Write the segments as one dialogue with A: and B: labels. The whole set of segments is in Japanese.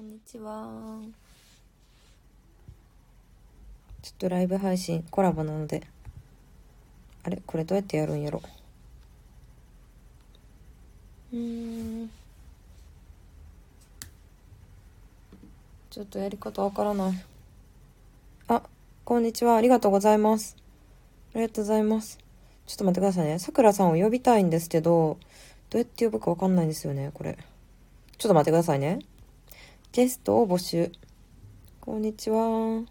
A: んにちは。
B: ちょっとライブ配信コラボなのであれこれどうやってやるんやろ
A: うーん。
B: ちょっとやり方わからないあこんにちはありがとうございますありがとうございますちょっと待ってくださいねさくらさんを呼びたいんですけどどうやって呼ぶかわかんないんですよねこれちょっと待ってくださいねゲストを募集こんにちは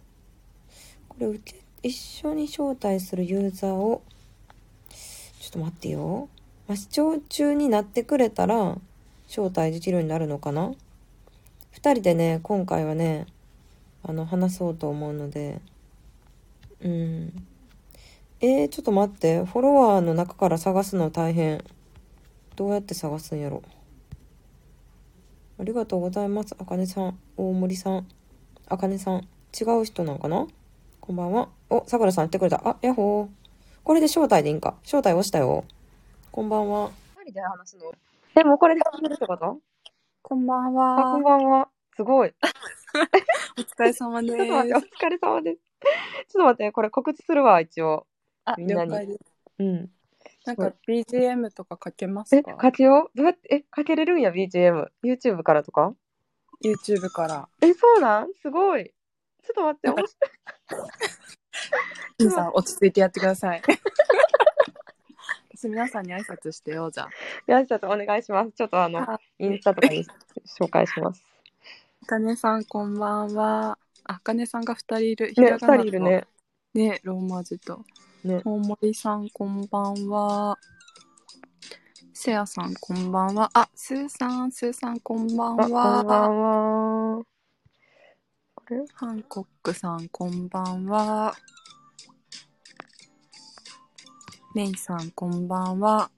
B: これ受け一緒に招待するユーザーをちょっと待ってよ、まあ、視聴中になってくれたら招待できるようになるのかな2人でね今回はねあの話そうと思うのでうんえー、ちょっと待ってフォロワーの中から探すの大変どうやって探すんやろありがとうございますあかねさん大森さんあかねさん違う人なんかなこんばんはおさくらさん来てくれたあやっほーこれで招待でいいんか招待押したよこんばんは2人で話すのえもうこれで始めるってこと
A: こんばん
B: あこ
A: は
B: ん。ばんはすごい
A: お疲れ様で
B: ちょっと待って、お
A: す。
B: 疲れ様です。 ちょっと待って、これ告知するわ、一応。
A: あ、
B: みんな
A: 了
B: に
A: 解です。
B: うん。
A: なんか BGM とかかけます
B: え、
A: か
B: 活用どうやって、え、かけれるんや、BGM。YouTube からとか
A: ?YouTube から。
B: え、そうなんすごい。ちょっと待って、面白い。
A: 皆さん落ち着いてやってください。 私皆さんに挨拶してよ、じゃあ。
B: 皆さんとお願いします。ちょっとあの
A: あ、
B: インスタとかに紹介します。
A: あかねさんこんばんは。ああかねさんが二人いる。ひ
B: ね、
A: ら
B: 二
A: がなと
B: 人いるね。
A: ね、ローマ字と。
B: ね
A: 大森さんこんばんは。せやさんこんばんは。あ、すーさん、すーさんこんばん
B: あこんば
A: は。
B: んは。これ
A: ハンコックさん、こんばんは。メイさん、こんばんは。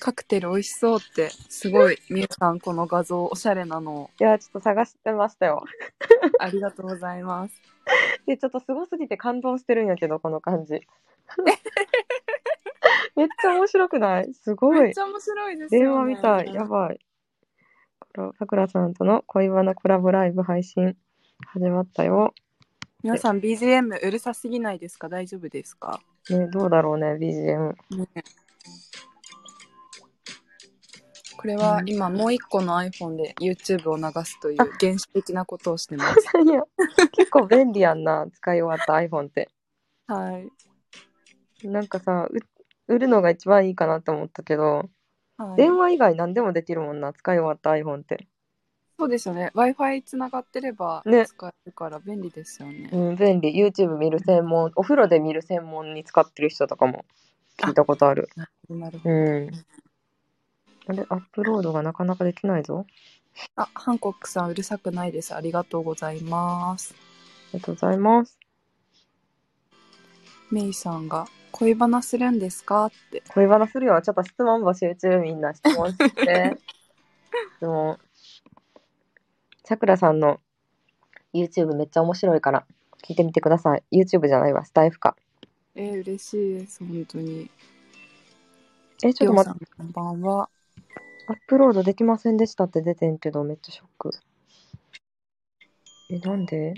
A: カクテル美味しそうって、すごい。みゆさん、この画像、おしゃれなの。
B: いや、ちょっと探してましたよ。
A: ありがとうございます。
B: で、ちょっとすごすぎて感動してるんやけど、この感じ。 めっちゃ面白くないすご
A: め
B: い
A: っち。ゃ面白いですよ、ね。
B: 電話みたい。やばい。このさくらさんとの恋バナコラボライブ配信始まったよ。
A: 皆さん、BGM うるさすぎないですか大丈夫ですか
B: ね、どうだろうね、BGM。
A: ねこれは
B: うん
A: 今もう一個の iPhone で YouTube を流すという原始的なことをし てます。
B: いや、結構便利やんな、使い終わった iPhone って。
A: はい。
B: なんかさ、う売るのが一番いいかなって思ったけど、
A: はい、
B: 電話以外何でもできるもんな、使い終わった iPhone って。
A: そうですよね。Wi-Fi つながってれば
B: ね
A: 使えるから便利ですよね。
B: うん、便利。YouTube 見る専門、お風呂で見る専門に使ってる人とかも聞いたことある。
A: なるほ
B: う
A: ど。
B: ん。あれ、アップロードがなかなかできないぞ。
A: あ、ハンコックさんうるさくないです。ありがとうございます。
B: ありがとうございます。
A: メイさんが恋バナするんですかって。
B: 恋バナするよ。ちょっと質問募集中、みんな質問して。質問。さくらさんの YouTube めっちゃ面白いから、聞いてみてください。YouTube じゃないわ、スタイフか。
A: えー、嬉しいです。本当に。
B: え、ちょっと待っ
A: りょうさんこんばんは。
B: て、アップロードできませんでしたって出てんけど、めっちゃショック。え、なんで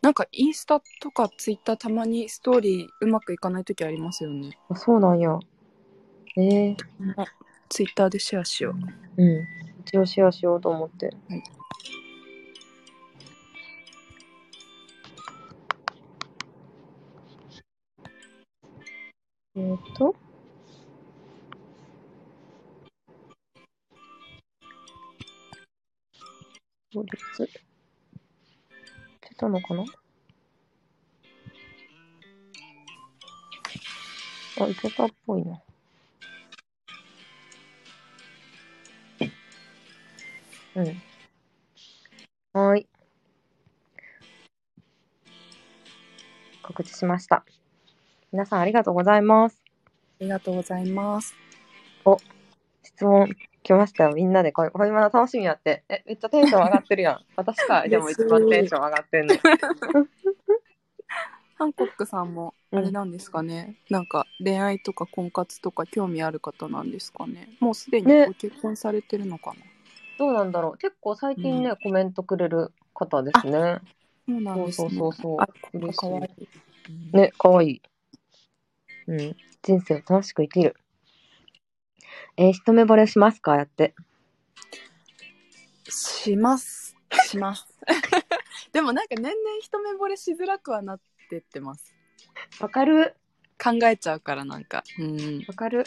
A: なんかインスタとかツイッターたまにストーリーうまくいかない時ありますよね。
B: あ、そうなんや。えー、
A: ツイッターでシェアしよう。
B: うん。一応シェアしようと思って。
A: はい
B: えーっと。法律。出たのかなあ、いけたっぽいな。うん。はーい。告知しました。皆さんありがとうございます。
A: ありがとうございます。
B: 質問来ましたよ。みんなでこれ、これ今の楽しみやって。え、めっちゃテンション上がってる やん。私か。でも一番テンション上がってんの。
A: ハンコックさんもあれなんですかね、なんか恋愛とか婚活とか興味ある方なんですかねもうすでに
B: ね
A: ご結婚されてるのかな、
B: どうなんだろう。結構最近ね、
A: う
B: コメントくれる方ですね。
A: そうなん
B: そう
A: です
B: そ
A: ね。
B: うそうそう
A: あ、。
B: 嬉し
A: かわいい。
B: い。ね、かわいい。うん。人生を楽しく生きる。えー一目惚れしますかやって。
A: します。します。 でもなんか年々一目惚れしづらくはなってってます。
B: わかる
A: 考えちゃうからなんか。うん。
B: わかる。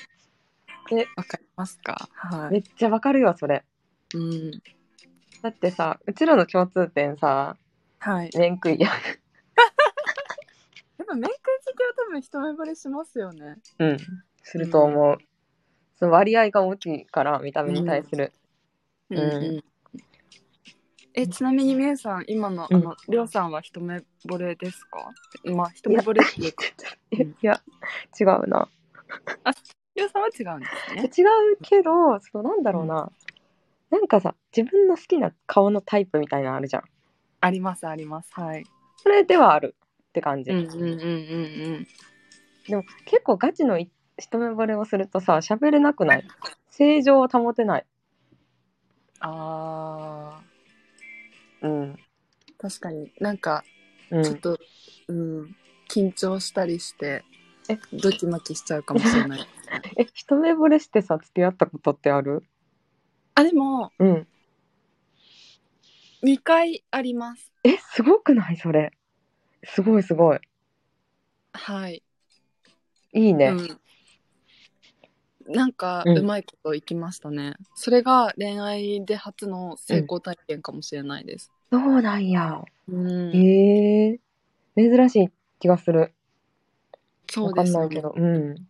A: わかりますかは
B: め
A: い。
B: っちゃわかるよ、それ。
A: うん。
B: だってさ、うちらの共通点さ、
A: はい。
B: 面食いや。
A: やっぱメイク好きは多分一目惚れしますよね。
B: うん。すると思う。その割合が大きいから、見た目に対する。
A: うんん。え、ちなみにみゆさん、今の、あの、りょうさんは一目惚れですかまあ、一目惚れっていう か。うん
B: いや、違うな。
A: りょうさんは違うんです
B: 違う
A: ね。
B: けど、そのなんだろうな。なんかさ、自分の好きな顔のタイプみたいなのあるじゃん。
A: あります、あります。はい。
B: それではあるって感じ。
A: うんうんうんうんうん。
B: でも結構ガチのい一目惚れをするとさ喋れなくない正常を保てない
A: あ
B: うん
A: ー、確かになんか、
B: う
A: ちょっ
B: ん
A: と、うん、緊張したりして
B: え、
A: ドキマキしちゃうかもしれ ない。
B: え一目惚れしてさ付き合ったことってある
A: あ、でも、
B: うん
A: 2回あります。
B: えすごくないそれすごいすごい
A: はい。
B: いいね、
A: うん、なんか
B: うん
A: うまいこといきましたね、それが恋愛で初の成功体験かもしれないです、
B: そうなんや
A: うん
B: へえ珍しい気がする
A: そ
B: わ
A: う
B: か
A: で
B: ん
A: す
B: ない
A: よ
B: け
A: ね
B: どうん
A: で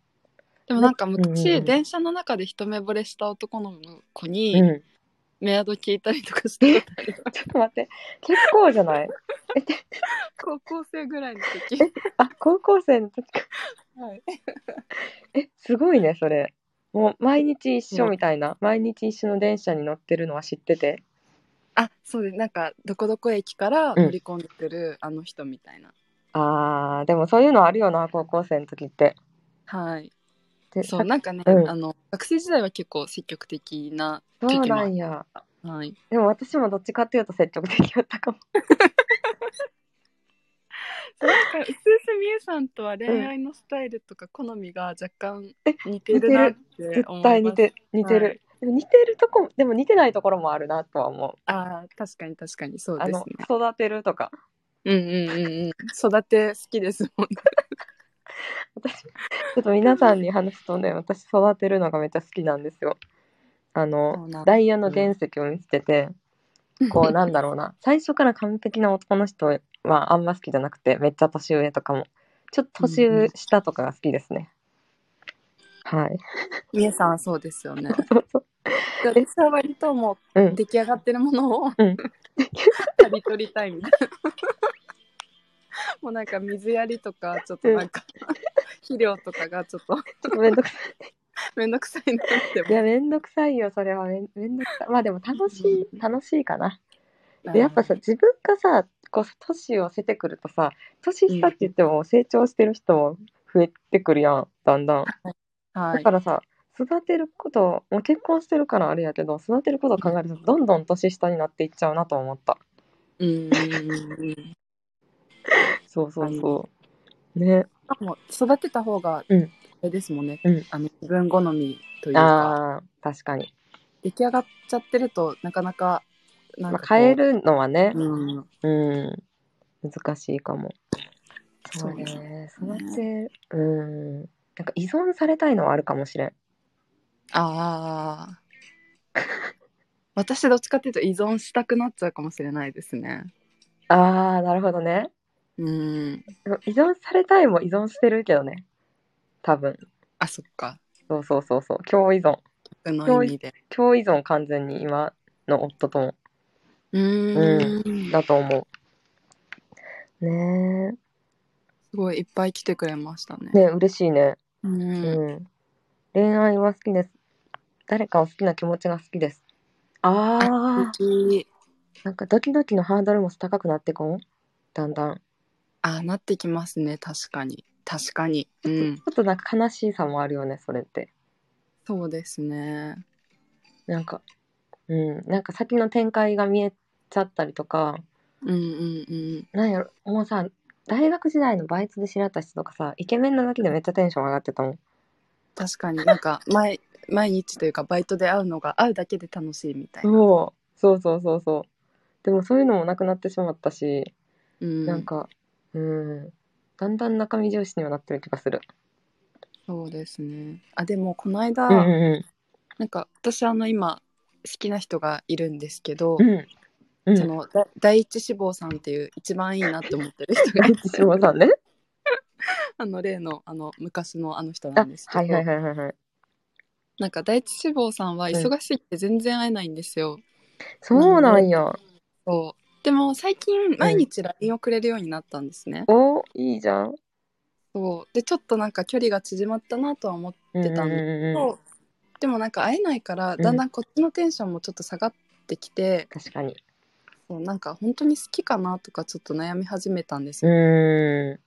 A: もなんか
B: うんうん
A: 昔、
B: うん
A: 電車の中で一目惚れした男の子
B: う
A: に
B: ん
A: メアド聞いたりとかしてたり、
B: ちょっと待って結構じゃない
A: 高校生ぐらいの時、
B: あ高校生の時か
A: はい、
B: えすごいねそれもう毎日一緒みたいな毎日一緒の電車に乗ってるのは知ってて
A: あそうですなんかどこどこ駅から乗り込んでくるあの人みたいな、
B: あーでもそういうのあるよな高校生の時って。
A: はい
B: で
A: そう
B: さ
A: なんかね、
B: うん
A: あの学生時代は結構積極的な
B: そう
A: 時も
B: な
A: あ
B: んや
A: はい
B: でも私もどっちかっていうと積極的やったかも。
A: なんか、うすうすみゆさんとは恋愛のスタイルとか好みが若干似てるなって思
B: 絶
A: います。
B: 対似て似てる、
A: はい
B: でも似てるとこでも似てないところもあるなとは思う。
A: ああ、確かに確かにそう
B: あ
A: です
B: の
A: ね。
B: 育てるとか
A: うんうんうんうん。育て好きですもんね。
B: 私ちょっと皆さんに話すとね私育てるのがめっちゃ好きなんですよ。あ
A: そう
B: の
A: なんだ
B: ダイヤの原石を見つけて、こうなんだろう な最初から完璧な男の人はあんま好きじゃなくてめっちゃ年上とかもちょっと年
A: うんうん
B: 下とかが好きですね、 はい
A: みゆさんはそうですよね。
B: そうそう
A: 私は割とも
B: う
A: うん出来上がってるものを
B: うん
A: 刈り取りたいみたいな。 もうなんか水やりとか、ちょっとなんか 肥料とかがちょっと
B: ちょっとめんどくさ
A: めんどくさいなって
B: いい
A: 思
B: やめんどくさいよそれはめんめんどくさいまあでも楽しい、
A: うん
B: 楽しいかな
A: う
B: でやっぱさ、自分がさこう年を経てくるとさ年下って言っても成長してる人も増えてくるやんだんだん
A: は
B: だ
A: い
B: か。らさ育てることもう結婚してるからあれやけど育てることを考えるとどんどん年下になっていっちゃうなと思った
A: うんうんうんうん。
B: そうそうそう。ね。
A: しかも育てた方が
B: うん
A: あれですもんね、
B: うん
A: あの自分好みというか
B: ああ、確かに。
A: 出来上がっちゃってるとなかなかな
B: ま
A: ん
B: あ
A: かこう、、
B: 変えるのはね、
A: うん、
B: うん、難しいかも。そう
A: そう
B: ね。
A: ね
B: 育て、うん。なんか依存されたいのはあるかもしれん。
A: ああ私どっちかっていうと依存したくなっちゃうかもしれないですね
B: ああ、なるほどね。
A: うん
B: でも依存されたいも依存してるけどね。多分。
A: あそっか
B: そうそうそうそう。強依存。
A: その意味で
B: 強依存完全に今の夫とも
A: うーん
B: だと思う。ね
A: すごいいっぱい来てくれましたね
B: え。ねえ嬉しいね。
A: うん、
B: うん、恋愛は好きです。誰かを好きな気持ちが好きです。ああ、
A: 素敵
B: なんかドキドキのハードルも高くなってこんだんだん。ち
A: あなってきますね確かに確かにう
B: ょ
A: ん
B: っとなんか悲しいさもあるよね、それって。
A: そうですね
B: なんか、うん、なんか先の展開が見えちゃったりとか
A: うんうんうん
B: なんやろもうさ大学時代のバイトで知り合った人とかさイケメンなだけでめっちゃテンション上がってたもん
A: 確かになんか毎毎日というかバイトで会うのが会うだけで楽しいみたいな、
B: そうそうそうそうそうでもそういうのもなくなってしまったし、
A: うん、
B: なんかうんだんだん中身重視にはなってる気がする
A: そうですねあでもこの間、
B: うんう
A: なんか私あの今好きな人がいるんですけど、
B: んうんうん
A: そのだ第一志望さんっていう一番いいなって思ってる人が
B: 第
A: いて
B: 一志望さんね
A: あの例のあの昔のあの人な
B: あ
A: んですけど、
B: はいはいはいはいはい
A: なんか第一志望さんは忙しいって全然会えないんですよ。
B: そうなんや
A: そうでも最近毎日 LINE をくれるようになったんですね。
B: おいいじゃん
A: そうでちょっとなんか距離が縮まったなとは思って
B: 出
A: たん
B: け
A: だけど、でもなんか会えないからだんだんこっちのテンションもちょっと下がってきて、
B: 確かに
A: そうなんか本当に好きかなとかちょっと悩み始めたんです
B: う
A: よ。
B: ーん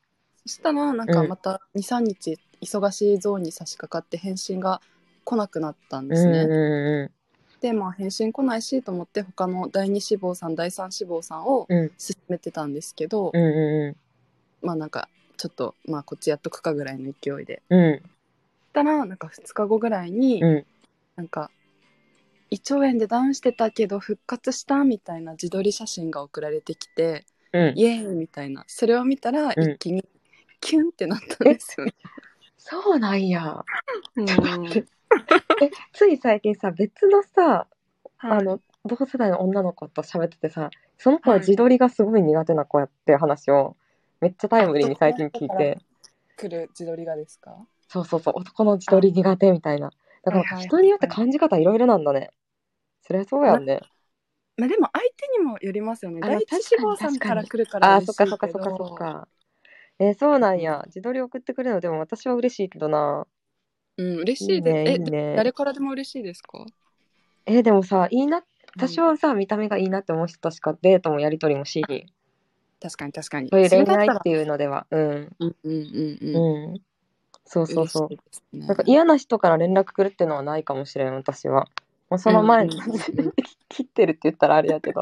A: そしたらなんかまた23日忙しいゾーンに差し掛かって返信が来なくなったん
B: う
A: で
B: ん
A: すね。
B: う
A: でまあ返信来ないしと思って他の第二志望さん第三志望さんを
B: んうん
A: 進めてたんですけど、
B: うんう
A: まあなんかちょっとまあこっちやっとくかぐらいの勢いで
B: んうん
A: したらなんか2日後ぐらいに、
B: うん
A: なんか胃腸炎でダウンしてたけど復活したみたいな自撮り写真が送られてきて、
B: うん
A: イエーイみたいなそれを見たら
B: うん
A: 一気にキュンってなったんですよね。
B: そうなんや
A: うん
B: ちょっと待って えつい最近さ別のさ
A: は
B: あ
A: い
B: の同世代の女の子と喋っててさその子は自撮りがすごい苦手な子やっていう話をめっちゃタイムリーに最近聞いて
A: 来る自撮りがですか
B: そうそうそう男の自撮り苦手みたいなだか
A: はい
B: ら
A: はい
B: 人によって感じ方いろいろなんだねそりゃそうやんね
A: まあ、でも相手にもよりますよね。
B: あまあ
A: 第一志望さんから来るから
B: あー
A: 嬉し
B: そ
A: い
B: っ
A: け
B: か
A: ど。
B: そっかそっかそっかえーそうなんや自撮り送ってくれるのでも私は嬉しいけどな
A: うん、嬉しいで
B: いいね
A: え
B: いいね
A: 誰からでも嬉しいですか
B: えーでもさいいな私はさ見た目がいいなって思う人としかデートもやり取りもし
A: 確かに確かに。
B: そういう恋愛
A: それだ
B: っ
A: ったら
B: ていうのではうん
A: うんうんうんうん。
B: うんそうそうそう。
A: 嬉しいですね
B: なんか嫌な人から連絡来るっていうのはないかもしれん、私は。もうその前に
A: う んうんうんうん
B: 切ってるって言ったらあれやけ ど。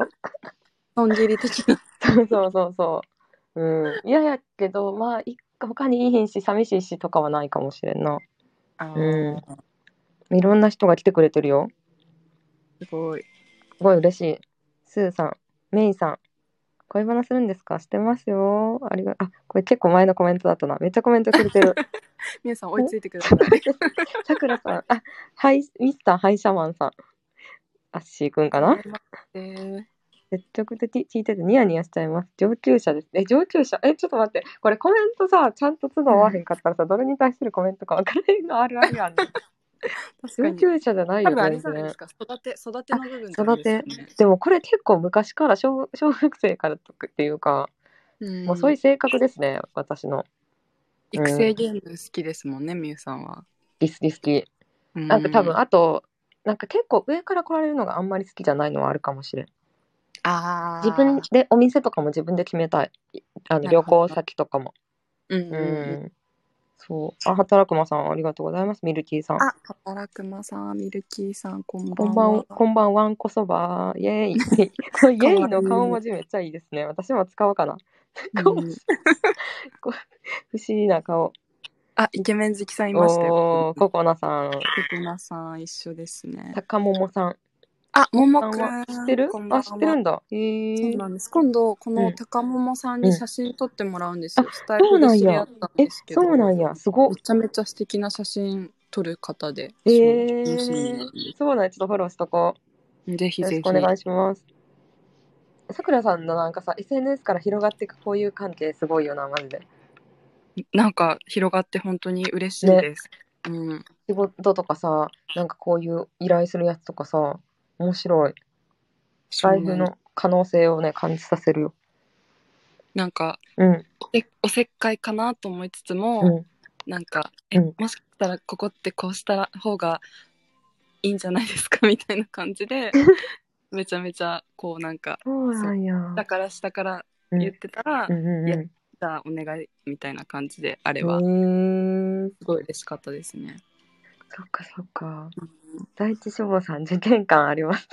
A: 損切り 的な。
B: そうそうそうそう。うん。嫌やけど、まあ、い他にいいひんし、寂しいしとかはないかもしれんな。
A: あ
B: うん
A: ー
B: いろんな人が来てくれてるよ。
A: すごい。
B: すごい嬉しい。スーさん、メイさん。恋バナするんですかしてますよ。ありがあ、これ結構前のコメントだったな。めっちゃコメントくれてる。
A: 皆さん追いついてください。
B: さくらさん、あ、はい、ミスターハイシャマンさん。アッシーくんかな
A: えー
B: 積極的聞いててニヤニヤしちゃいます。上級者です。え、上級者え、ちょっと待って。これコメントさ、ちゃんと都度合わへんかったらさ、どれに対するコメントか分からへんのあるある やん、ね。
A: 確か
B: 上
A: に。
B: 級者じゃないよ
A: 多分あれ
B: ね
A: じゃ。ないですか。育て育ての部分じゃないですかね
B: でもこれ結構昔から小、小学生からとくっていうか、
A: ん
B: もうそういう性格ですね、私の。
A: 育成ゲーム好きですもんね、みゆさんは。
B: リスリスキ
A: うん
B: なんか多分、あと、なんか結構上から来られるのがあんまり好きじゃないのはあるかもしれん。
A: あー
B: 自分で、お店とかも自分で決めたい。あの
A: な
B: 旅
A: るほど
B: 行先とかも。
A: うんうん
B: う
A: うん。
B: んそう。あ、働くまさん、ありがとうございます。ミルキーさん。
A: あ、働くまさん、ミルキーさん、こんば
B: こん
A: ん
B: ばん
A: は。、
B: こんばん、わんこそば。イ ェーイ。このイェーイの顔文字めっちゃいいですね。私も使おうかな。顔文字こう不思議な顔。
A: あ、イケメン好きさんいました
B: お
A: よ
B: ー、。ココナさん、
A: 徳間さん、一緒ですね。
B: 高桃さん。
A: あ、もも
B: さん
A: く
B: は
A: ん。
B: 知ってる
A: こんばん
B: あ、
A: は
B: 知ってるんだ。へ
A: そう
B: ー。
A: なんです。今度、こ
B: う
A: の
B: ん
A: 高桃さん
B: うん
A: に写真撮ってもらうんですよ。スタイ
B: そう
A: ル
B: な
A: で
B: ん
A: 知り合
B: や
A: ったん
B: え
A: です、けど。
B: そうなんや。すごっ
A: め。ちゃめちゃ素敵な写真撮る方で。
B: え
A: そう楽しみなん
B: ー、そうなんや。ちょっとフォローしとこう。
A: でぜひ
B: よろ
A: ぜ
B: し
A: ひ。
B: くお願いします。さくらさんのなんかさ SNS から広がっていくこういう関係すごいよなマジで
A: なんか、広がって本当に嬉しいです。うん。
B: 仕事とかさなんかこういう依頼するやつとかさ面白いライフの可能性をね感じさせるよ
A: なんか、
B: うん
A: えおせっかいかなと思いつつも、
B: うん
A: なんか、え
B: うん
A: もしかしたらここってこうした方がいいんじゃないですかみたいな感じ でめちゃめちゃこうなんか
B: そうなんや
A: 下から下から
B: うん
A: 言ってたら、
B: うんうん
A: や
B: う
A: じゃあお願いみたいな感じであれはす
B: んへえ
A: ごい嬉しかったですね。
B: そっかそっか第一志望さん受験感あります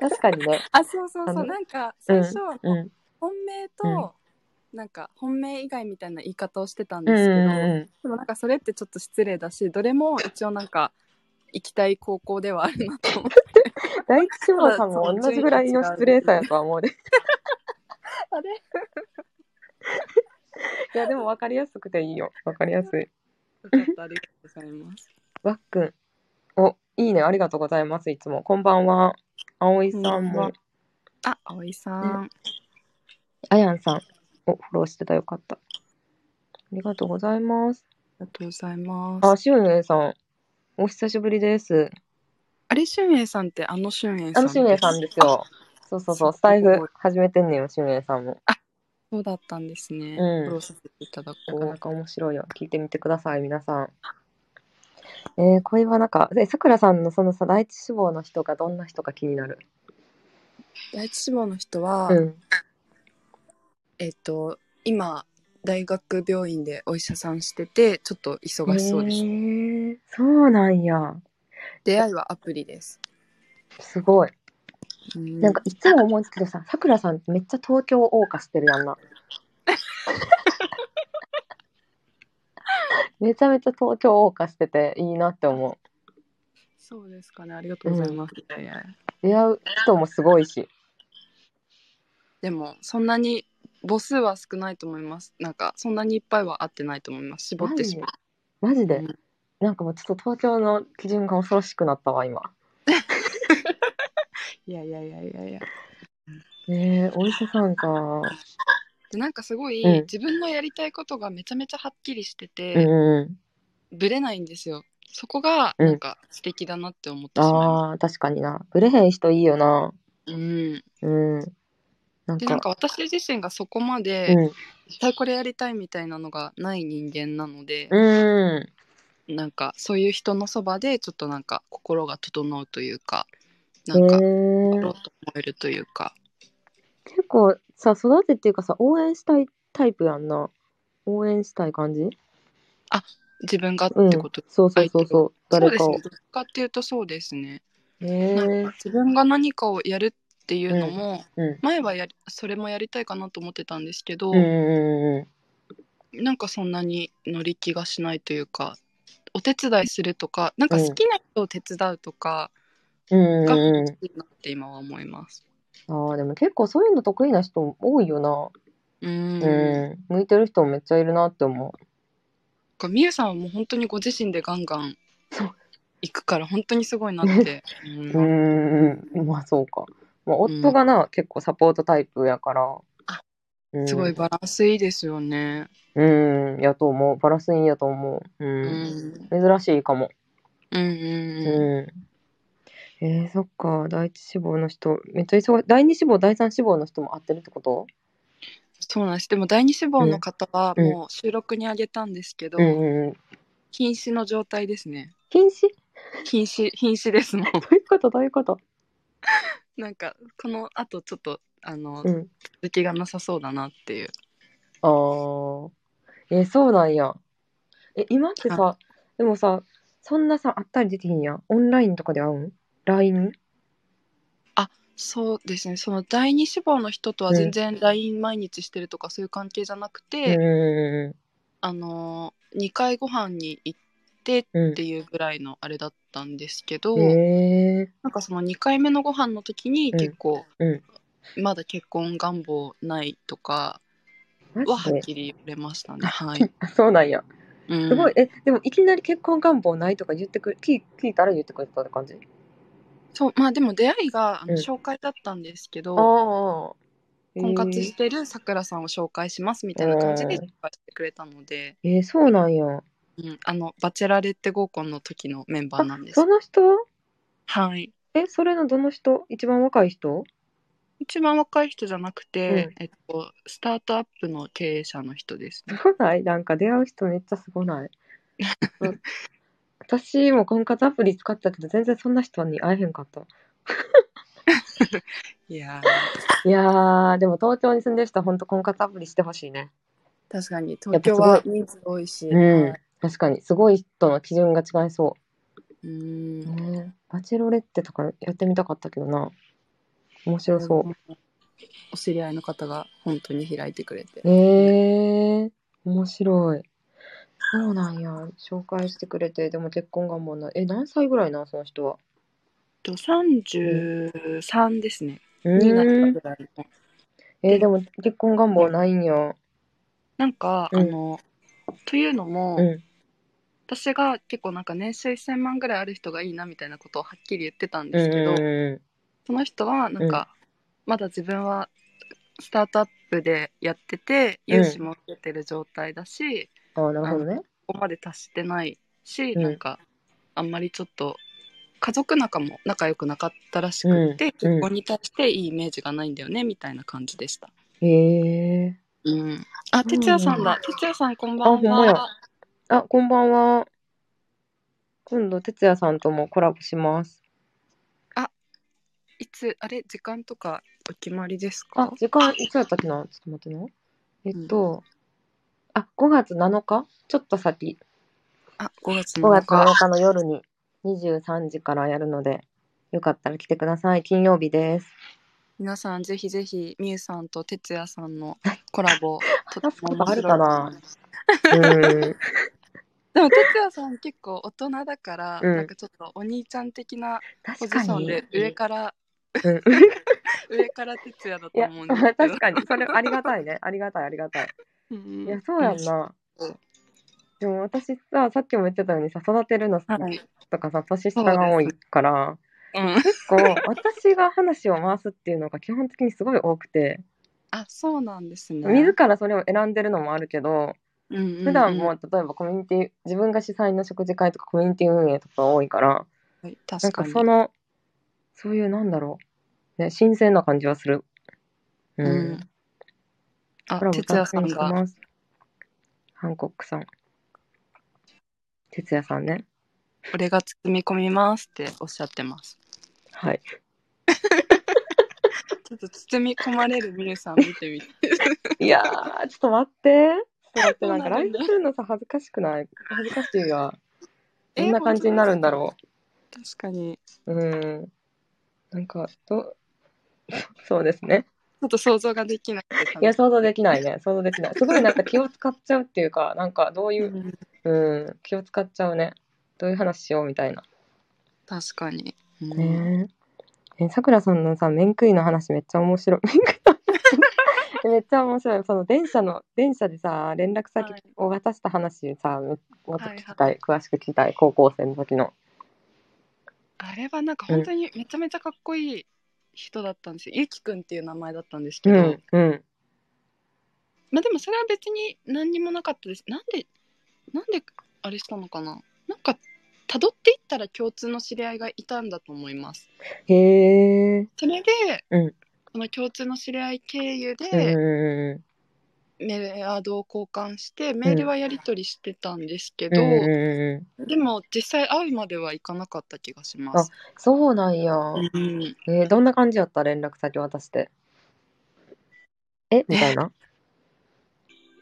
B: 確かにね。
A: あそうそう
B: あ
A: そ
B: の
A: うなんか
B: う
A: 最
B: ん
A: 初、
B: うん
A: 本命と、なんか本命以外みたいな言い方をしてた
B: う
A: ん
B: ん
A: ですけど、
B: う
A: でもなんかそれってちょっと失礼だしどれも一応なんか行きたい高校ではあるなと思って
B: ん。大吉志保さんも同じぐらいの失礼さやとは思うで。
A: あれ
B: いやでも分かりやすくていいよ。分かりやすい。
A: よかったありがとうございます
B: わっくん。お、いいね。ありがとうございます。いつも。こんばんは。あおいさん
A: こんばん
B: も
A: は。あ葵さん、
B: あやんさん。お、フォローしてたよかった。ありがとうございます。
A: ありがとうございます
B: あ、しゅんえいさん。お久しぶりです。
A: あれ、しゅんえいさんってあのしゅんえいさ
B: あ
A: ん
B: のしゅんえいさんですよ。そうそうそう。スタイ
A: すご
B: フ
A: い
B: 始めてんねんよ、しゅんえいさんも。
A: そうだったんです
B: うん
A: ね。フォローさせていただこ
B: なかな
A: う。
B: か面白いよ。聞いてみてください、皆さん。えー、恋バナか。で、さくらさんのそのさ、第一志望の人がどんな人か気になる。
A: 第一志望の人は、
B: うん。
A: えっと、今、大学病院でお医者さんしてて、ちょっと忙しそうです。
B: えー、そうなんや。
A: 出会いはアプリです。
B: すごい。
A: うん
B: なんかいつも思うんですけどさ、さくらさんってめっちゃ東京を謳歌してるやん な。めちゃめちゃ東京を謳歌してていいなって思
A: そうですかね。ありがとうございます。いやいや
B: う。出会う人もすごいし。
A: でも、そんなに母数は少ないと思います。なんか、そんなにいっぱいは合ってないと思います。絞ってしまう。
B: マジで、
A: うん
B: なんかもうちょっと東京の基準が恐ろしくなったわ、今。
A: いやいやいやいやいや。
B: ねえお医者さんか。
A: でなんかすごい、
B: うん
A: 自分のやりたいことがめちゃめちゃはっきりしてて、
B: うんうん。
A: ぶれないんですよ。そこが
B: うん
A: なんか素敵だなって思ってしまいま
B: ああ、確かにな。ブレへん人いいよな。
A: す。うん、
B: うん。なん
A: で
B: か、
A: なんか私自身がそこま
B: う
A: で
B: ん。
A: 絶対これやりたいみたいなのがない人間なので、
B: うん。
A: なんかそういう人のそばでちょっとなんか心が整うというか
B: え
A: なんか
B: ー
A: 心と思えるというか、
B: 結構さ、育てっていうかさ、応援したいタイプやんな。応援したい感じ
A: 自分がって
B: うん。
A: こと、
B: そうそうそうそう。
A: そう
B: 誰
A: です
B: か
A: ね
B: を。
A: どっちかっていうとそうですね
B: え
A: なん
B: ー
A: か自分が何かをやるっていうのも、
B: うん。
A: 前はやりそれもやりたいかなと思ってたんですけど、
B: うんうんう
A: なんかそんなに乗り気がしないというかお手伝いするとかなんか好きな人を手伝うとか
B: んうん。うん
A: が
B: うん
A: 欲し
B: う
A: いなって今は思います。
B: ん。ああ、でも結構そういうの得意な人多いよな。
A: う
B: うんん。向いてる人もめっちゃいるなって思
A: なんかみゆさんはもう本当にご自身でガンガン
B: そう
A: 行くから本当にすごいなって、うん
B: う。うんうん。まあそうか。まあ夫がな、結構サポートタイプやから。
A: あ
B: うん
A: すごいバランスいいですよね。
B: うん、やと思う。バラスいいやと思う。
A: う
B: うん。
A: ん、
B: 珍しいかも。
A: うん、う
B: うん。
A: うん
B: えー、そっか。第一志望の人、めっちゃ忙しい。第二志望、第三志望の人も合ってるってこと
A: そうなんですでも第二志望の方は
B: うん
A: もう収録にあげたんですけど、
B: うんうんうん。
A: 瀕死の状態ですね
B: 禁止
A: 瀕死瀕死ですもん
B: どういうことどういうこと
A: なんかこのあとちょっとあの、
B: うん。
A: 続きがなさそうだなっていう
B: あー。えーそうなんや。え、今ってさ、でもさ、そんなさ、あったりできひんやん。オンラインとかで会うん ?LINE?
A: そうですねその第二志望の人とは全然 LINE 毎日してるとかそういう関係じゃなく
B: うん
A: て、
B: う
A: あの2回ご飯に行ってっ
B: んうんうん。
A: ていうぐらいのあれだったんですけど、
B: え
A: なんかその2回目のご飯の時に
B: うん
A: 結構、
B: う
A: まだ結婚願望ないとか
B: ー、
A: は
B: マ
A: は
B: ジ
A: っ
B: で
A: きり言われましたね。はい、
B: あそうなんや。
A: う ん
B: すごい、え、でもいきなり結婚願望ないとか言ってくれ、聞い聞いたら言ってくれたって感じ
A: そうまあでも出会いがあの
B: うん
A: 紹介だったんですけど、
B: ああ。
A: 婚活し
B: え
A: てるさくらさんを紹介しますみたいな感じで
B: うん
A: 紹介してくれたので、
B: ーえーそうなんや。
A: うん、あのバチェラレッテ合コンの時のメンバーな
B: あ
A: んです
B: そ。の人
A: はい
B: え、それのどの人一番若い人
A: 一番若い人じゃなくて、
B: うん
A: えっと、スタートアップの経営者の人ですね
B: す。ごないなんか出会う人めっちゃすごない そう私も婚活アプリ使ってたけど、全然そんな人に会えへんかった。
A: いやー
B: いやー、でも東京に住んでる人は本当婚活アプリしてほしいね。
A: 確かに
B: やっぱす
A: 東京
B: ごい
A: は人数多いし、
B: うん
A: はい。
B: 確かに、すごい人の基準が違いそ
A: うーん。
B: ねバチェロレッテとかやってみたかったけどな。面白そ
A: お知り合いの方が本当に開いてくれて
B: う。。えー、面白い。そうなんや。紹介してくれて、でも結婚願望ない。え、何歳ぐらいなん、その人は。
A: と33ですね。
B: う
A: になった
B: ーん
A: ぐらいの。
B: えーでも結婚願望ないんや。
A: なんか、
B: うん
A: あの、というのも、
B: うん。
A: 私が結構なんか年収1000万ぐらいある人がいいなみたいなことをはっきり言ってたん
B: うん
A: ですけど、
B: う
A: その人はなんか、まだ自分はスタートアップでやってて
B: うん
A: 融資も受けてる状態だし、
B: んうん。ああ、なるほどね。
A: ここまで達してないし、
B: うん
A: なんかあんまりちょっと家族仲も仲良くなかったらしくって、
B: うんうん
A: 結婚に対していいイメージがないんだよねみたいな感じでした。
B: へえ。
A: うん、
B: そう
A: あ、
B: なんだ
A: 哲也さんだ。哲也さんこんばん
B: あほんまや
A: は。
B: あ、こんばんは。今度、哲也さんともコラボします。
A: いつあれ時間とかお決まりです
B: あ
A: か、？
B: 時間いつやったっけなちょっと待ってな。えっと、あ、5月7日ちょっと先。
A: あ、5月
B: 5
A: 7
B: 月7
A: 日。
B: 日の夜に23時からやるので、よかったら来てください。金曜日です。
A: 皆さんぜひぜひみゆさんと哲也さんのコラ ボと
B: 話すことある
A: と
B: か
A: 思い
B: な
A: ます
B: うん。
A: でも哲也さん結構大人だから、
B: うん
A: なんかちょっとお兄ちゃん的なポ
B: 確
A: ジ
B: か
A: ション
B: に。
A: で上から
B: うん
A: 上から哲也だ
B: い
A: と
B: や
A: 思うん、ですけど
B: 確。かに。それありがたいね。ありがたい、ありがたい。
A: う
B: い
A: ん
B: や、そうやん。な。でも私さ、さっきも言ってたようにさ、育てるの
A: はい。
B: とかさ、年下が多いから、
A: うん。
B: 結構私が話を回すっていうのが基本的にすごい多くて、
A: あ、そうなんですね。
B: 自らそれを選んでるのもあるけど、
A: うんうんうん
B: 普段も例えばコミュニティ、自分が主催の食事会とかコミュニティ運営とか多いから、
A: はい
B: な
A: 確
B: ん
A: か
B: か
A: に。
B: その、そういうなんだろう、ね、新鮮な感じはする。う
A: うん
B: ん。
A: あ
B: コラ、ボ
A: 哲也さん
B: 楽しみにし
A: が。
B: ます。ハンコックさん。哲也さんね。
A: 俺が包み込みますっておっしゃってます。
B: はい。
A: ちょっと包み込まれるみゆさん見てみて。
B: いやー、ちょっと待 って。ちょっと待って、なんか
A: そうな
B: 来
A: んだ
B: 週のさ、恥ずかしくない恥ずかしいわ。
A: え
B: どんな感じになるんだろ
A: 確かに。
B: う。うん。なんか、ど、 そうですね。
A: ちょっと想像ができないって感
B: い
A: じ
B: や、想像できないね。想像できない。すごいなんか気を使っちゃうっていうか、なんかどういうう、
A: ん
B: うん、気を使っちゃうね。どういう話しようみたいな。
A: 確かに。うん
B: ねえ。え、さくらさんのさ、面食いの話めっちゃ面白い。 面食いの話めっちゃ面白い。その電車の、電車でさ、連絡先
A: はい
B: を渡した話さ、めもっと聞きたい,、
A: は
B: 詳しく聞きたい。高校生の時の。
A: あれはなんか本当にめちゃめちゃかっこいい人だったんですよ。ゆきくんっていう名前だったんですけ
B: う
A: ど、
B: ん、うん。
A: まあでもそれは別に何にもなかったです。なんで、なんであれしたのかななんか、辿っていったら共通の知り合いがいたんだと思います。
B: へえ。
A: それで、
B: うん
A: その共通の知り合い経
B: う
A: 由
B: んうんう
A: でメールやードを交換して、メールはやり取りしてたんですけ
B: んうん。うん
A: ど、
B: うんうんうん。
A: でも実際会うまではいかなかった気がします。
B: そうなんや。
A: うん、
B: えーどんな感じやった連絡先渡して。えみた いな。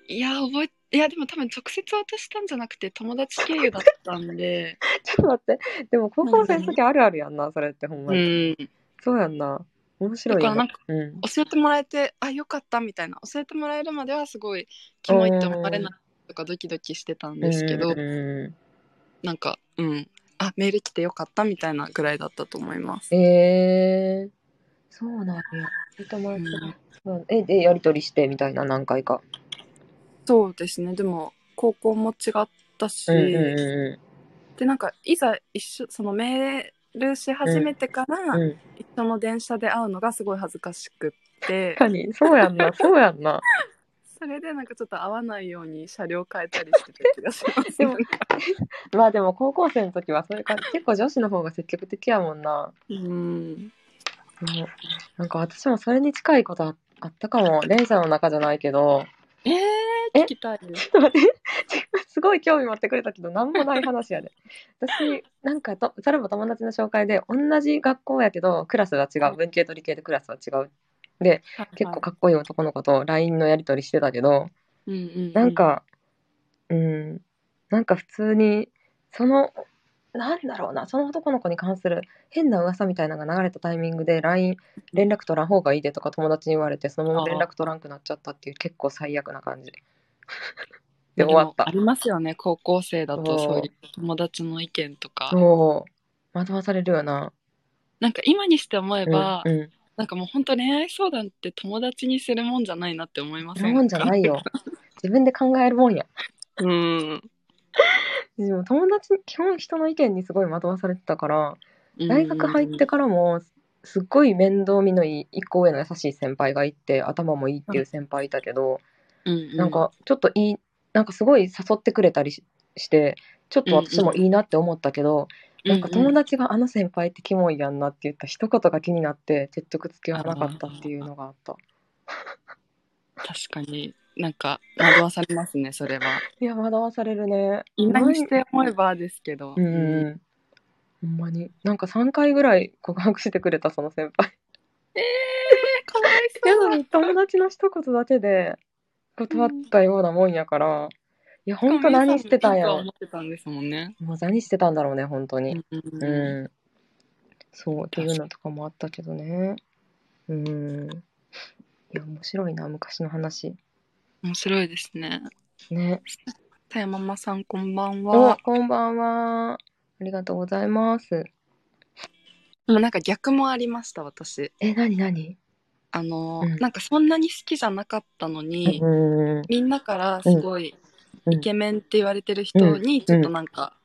A: いや覚えいやでも多分直接渡したんじゃなくて友達経由だった んで
B: ちょっと待って。でも高校生の時あるあるやんな、それってほんま
A: う
B: に。
A: ん
B: そうやんな。面白い
A: だからなん
B: な
A: か。
B: うん。
A: 教えてもらえてあよかったみたいな教えてもらえるまではすごいキモいって思われないとかドキドキしてたんですけど
B: うんう
A: なんかうんあメール来てよかったみたいなぐらいだったと思います
B: ん。えー、そうなんや。
A: う
B: うん
A: ん
B: そうえ、で、やりとりしてみたいな、何回か。
A: そうですねでも高校も違ったし、
B: うんうんう
A: でなんかいざ一緒そのメールし始めてから、
B: んうん。うん。
A: 一緒の電車で会うのがすごい恥ずかしくって
B: 確かに、そうやんな、そうやんな。
A: それでなんかちょっと会わないように車両変えたりしてた気がします、
B: でもまあでも高校生の時はそういう感じ、結構女子の方が積極的やもんな。
A: うん
B: そうなんか私もそれに近いことああったかも。電車の中じゃないけど。
A: えー、
B: え
A: 聞きたいです
B: ちょっと 待って、 すごい興味持ってくれたけど、なんもない話 やで。私、なんかと、それも友達の紹介で、同じ学校やけど、クラスが違う。文系と理系でクラスは違う。で、結構かっこいい男の子と LINE のやり取りしてたけど、
A: うんうんうん
B: なんか、うん、なんか普通に、そのなんだろうな、その男の子に関する変な噂みたいなのが流れたタイミングで LINE、連絡取らん方がいいでとか友達に言われて、そのまま連絡取らんくなっちゃったっていう結構最悪な感じ。で終わっ
A: でもあ
B: た。
A: りますよね高校生だ
B: そう
A: とそういう友達の意見とか
B: そう。惑わされるよな。
A: なんか今にして思え
B: うん、
A: ば、
B: うん。
A: なんかもう本当恋愛相談って友達にするもんじゃないなって思いま
B: そん
A: せ
B: なんもんじゃない よ。自分で考えるもんや。
A: うん、
B: でも友達、基本人の意見にすごい惑わされてたから、大学入ってからもすっごい面倒見のいい一個上の優しい先輩がいて頭もいいっていう先輩いたけど、
A: うん、
B: なんかちょっといいなんかすごい誘ってくれたりししてちょっと私もいいなって思ったけど、
A: うん
B: なんか友達が「あの先輩ってキモいやんな」って言った一言が気になって結局付き合わなかったっていうのがあった。
A: 確かになんか惑わされますねそれはい
B: や惑わされるね。
A: 今にして思えばですけど、
B: うんうんほんまになんか3回ぐらい告白してくれたその先輩
A: かわい
B: や
A: そう
B: のに友達の一言だけで断ったようなもんやから、いやほんと何してたんや
A: と
B: ろ
A: 思ってたんですもんね、
B: もう何してたんだろうね本当に
A: うん
B: うん、そうっていうのとかもあったけどねうんいや面白いな昔の話
A: 面白いですね
B: ね
A: さやママさんこんばん
B: お
A: は
B: こんばんはありがとうございます
A: でもなんか逆もありました私
B: えなになに
A: あの、
B: うん
A: なんかそんなに好きじゃなかったのに、
B: うん
A: みんなからすごい
B: うん
A: イケメンって言われてる人にちょっとなんか、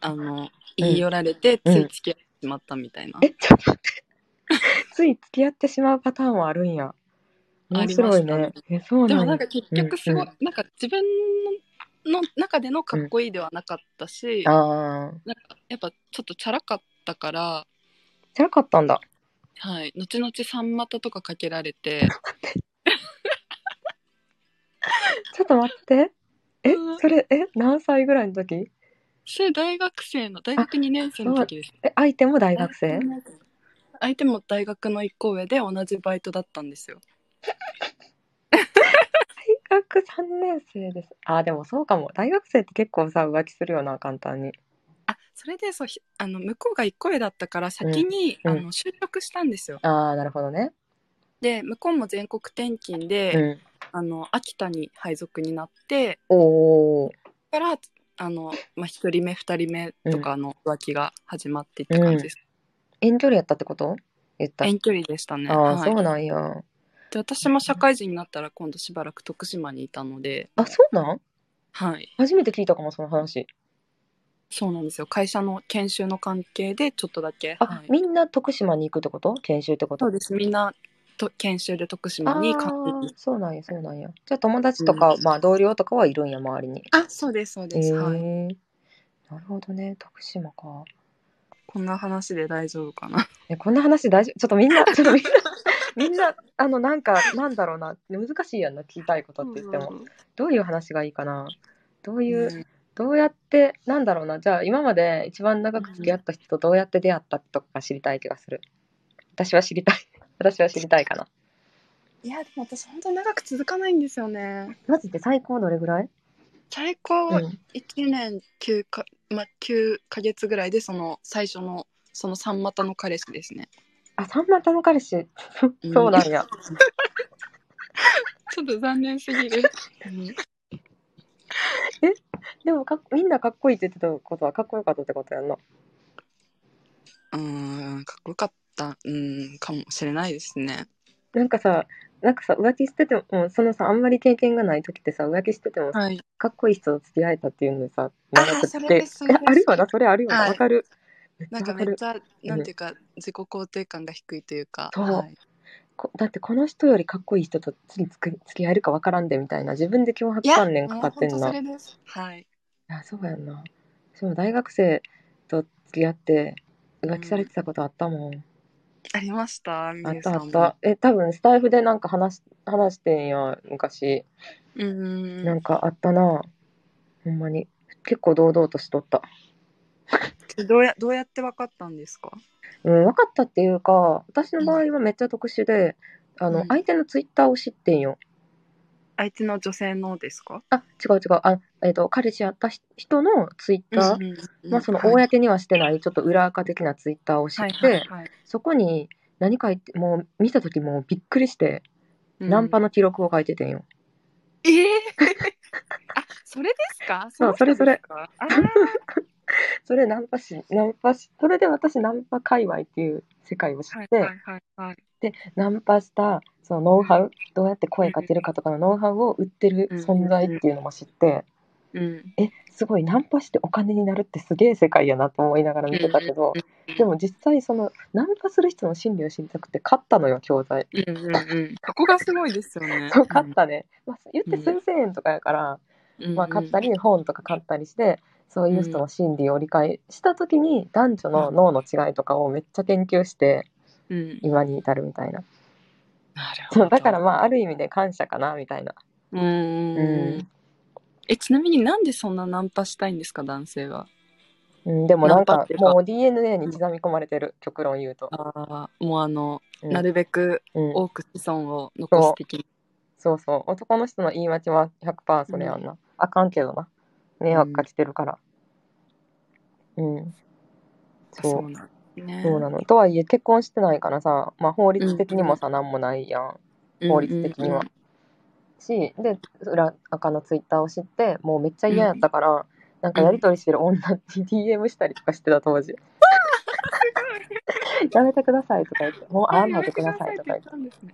A: あの言い寄られてつい付き合ってしまったみたいな、
B: えちょっと待ってつい付き合ってしまうパターンはあるんや
A: あ
B: 面
A: りま
B: 白
A: し
B: い
A: た
B: ね
A: ね
B: えそう
A: で
B: な
A: も
B: ん
A: な
B: や
A: んか結局すごい、
B: うん
A: なんか自分の中でのかっこいいではなかったし、
B: ああ
A: なんかやっぱちょっとチャラかったから、
B: 辛かったんだ
A: はい、後々三股とかかけられて
B: ちょっと待って。え
A: うん、
B: それ、え、何歳ぐらいの時
A: それ大学生の大学2年生の時です
B: え、相手も大学生
A: 相手も大学の1個上で同じバイトだったんですよ
B: 大学3年生です。あ、でもそうかも。大学生って結構さ、浮気するよな、簡単に。
A: あそれでそうひあの向こうが1個上だったから先に、
B: うん
A: あの就職したんですよ
B: あー、なるほどね。
A: で向こうも全国転勤で、
B: うん。
A: あの秋田に配属になって
B: おー。
A: からあの、まあ、1人目2人目とかの浮気が始まっていった
B: うん
A: 感じです、
B: 遠距離やったってこと言った。
A: 遠距離でしたね、
B: あー、
A: はい、
B: そうなんや。
A: で私も社会人になったら今度しばらく徳島にいたので、
B: あ、そうなん
A: はい、
B: 初めて聞いたかも、その話。
A: そうなんですよ会社の研修の関係でちょっとだけ、
B: あ、
A: はい、
B: みんな徳島に行くってこと研修ってこ
A: そう
B: と
A: ですみんなと研修で徳
B: あ
A: 島にか
B: ー、そうなんや、そうなんや。じゃあ友達とか、
A: うん
B: まあ同僚とかはいるんや、周りに。
A: あそうですそう
B: へ
A: です、はい、
B: ー。なるほどね、徳島か。
A: こんな話で大丈夫かな
B: え、こんな話大丈夫ちょっとみん な、ちょっとみんな、みんな、あの、なんか、なんだろうな、難しいやんな、聞きたいことって言っても。どういう話がいいかなどう
A: うん
B: いう、
A: うん
B: どうやって、なんだろうな、じゃあ今まで一番長く付き合った人とどうやって出会ったとかが知りたい気がする。私は知りたい。 私は知りたいかな。
A: いやでも私本当長く続かないんですよね
B: マジで最高どれぐらい
A: 最高
B: うん。
A: 1年9か、まあ、9ヶ月ぐらいでその最初のその三股の彼氏ですね
B: あ、三股の彼氏。そうなんや。
A: ちょっと残念すぎるうん
B: でもかっ、みんなかっこいいって言ってたことはかっこよかったってことやんな。
A: うーんかっこよかったうんかもしれないですね
B: なんかさ、なんかさ、浮気してても、うんそのさ、あんまり経験がない時ってさ、浮気しててもさ
A: はい
B: かっこいい人と付き合えたっていうのでさ、
A: あー
B: 長く付
A: そ
B: き合
A: れ
B: い
A: ですそれです
B: あるよな、それあるよな、わ、
A: はい
B: かる。めっち
A: なん
B: ゃ
A: か
B: わ
A: め
B: か
A: っ
B: る
A: ちゃなんていうか自己肯定感が低いというか
B: そう
A: はい
B: こだってこの人よりかっこいい人と次つく付き合えるかわからんでみたいな、自分で脅迫
A: いや
B: 観念かかってんな。い
A: もう本当それですはい
B: や、そうやんな。そう、大学生と付き合って浮気されてたことあったもん。
A: ありましたみ
B: あ
A: ゆ
B: った
A: さ
B: あ
A: んも
B: った。え、多分スタイフでなんか話し話してんや、昔。
A: うーん
B: なんかあったな。ほんまに。結構堂々としとった。
A: どうやどうやって分かったんですか
B: うん、分かったっていうか私の場合はめっちゃ特殊で、あの
A: うん
B: 相手のツイッターを知ってんよ
A: 相手の女性のですか
B: あ違う違うあえっと彼氏やったひ人のツイッター、
A: うんうんうん
B: まあ、その
A: はい
B: 公にはしてないちょっと裏垢的なツイッターを知って、
A: はいはいはい
B: そこに何書いてもう見た時もうびっくりして、
A: うん
B: ナンパの記録を書いててんよ
A: えー あそれですか
B: そうそれそれ
A: の人ですかあー
B: それナンパしナンパしそれで私ナンパ界隈っていう世界を知
A: はい
B: って、
A: はいはいはい
B: ナンパしたそのノウハウどうやって声かけるかとかのノウハウを売ってる存在っていうのも知って、
A: うん
B: えすごいナンパしてお金になるってすげえ世界やなと思いながら見てたけど、
A: うん
B: でも実際そのナンパする人の心理を知りたくて買ったのよ教材。
A: うんうんうんそこがすごいですよね
B: そう買ったね、まあ、言って数千円とかやから、
A: うん
B: まあ、買ったり本とか買ったりしてそういう人の心理を理解した時に男女の脳の違いとかをめっちゃ研究して
A: うんうん
B: 今に至るみたいな
A: なるほ
B: そう
A: ど
B: だからまあある意味で感謝かなみたいな
A: うーん
B: うん
A: えちなみになんでそんなナンパしたいんですか男性は
B: うん、でもなん
A: ナンパ
B: か
A: っていうか
B: もう DNA に刻み込まれてる、極論言うと、
A: あーもうあの、
B: うん
A: なるべく
B: うん、
A: 多く子孫を残す的に
B: そうそう男の人の言い間違いは100%それやんな、あかんけどな迷惑かけてるからうん、そう
A: そうなんね
B: そうなのとはいえ結婚してないからさ、まあ、法律的にもさ、なん、何もないやん法律的には、しで裏赤のツイッターを知ってもうめっちゃ嫌やったから、なんかやり取りしてる女に DM したりとかしてた 当時やめてくださいとか言ってもう会
A: あ
B: わないでくださいとか言って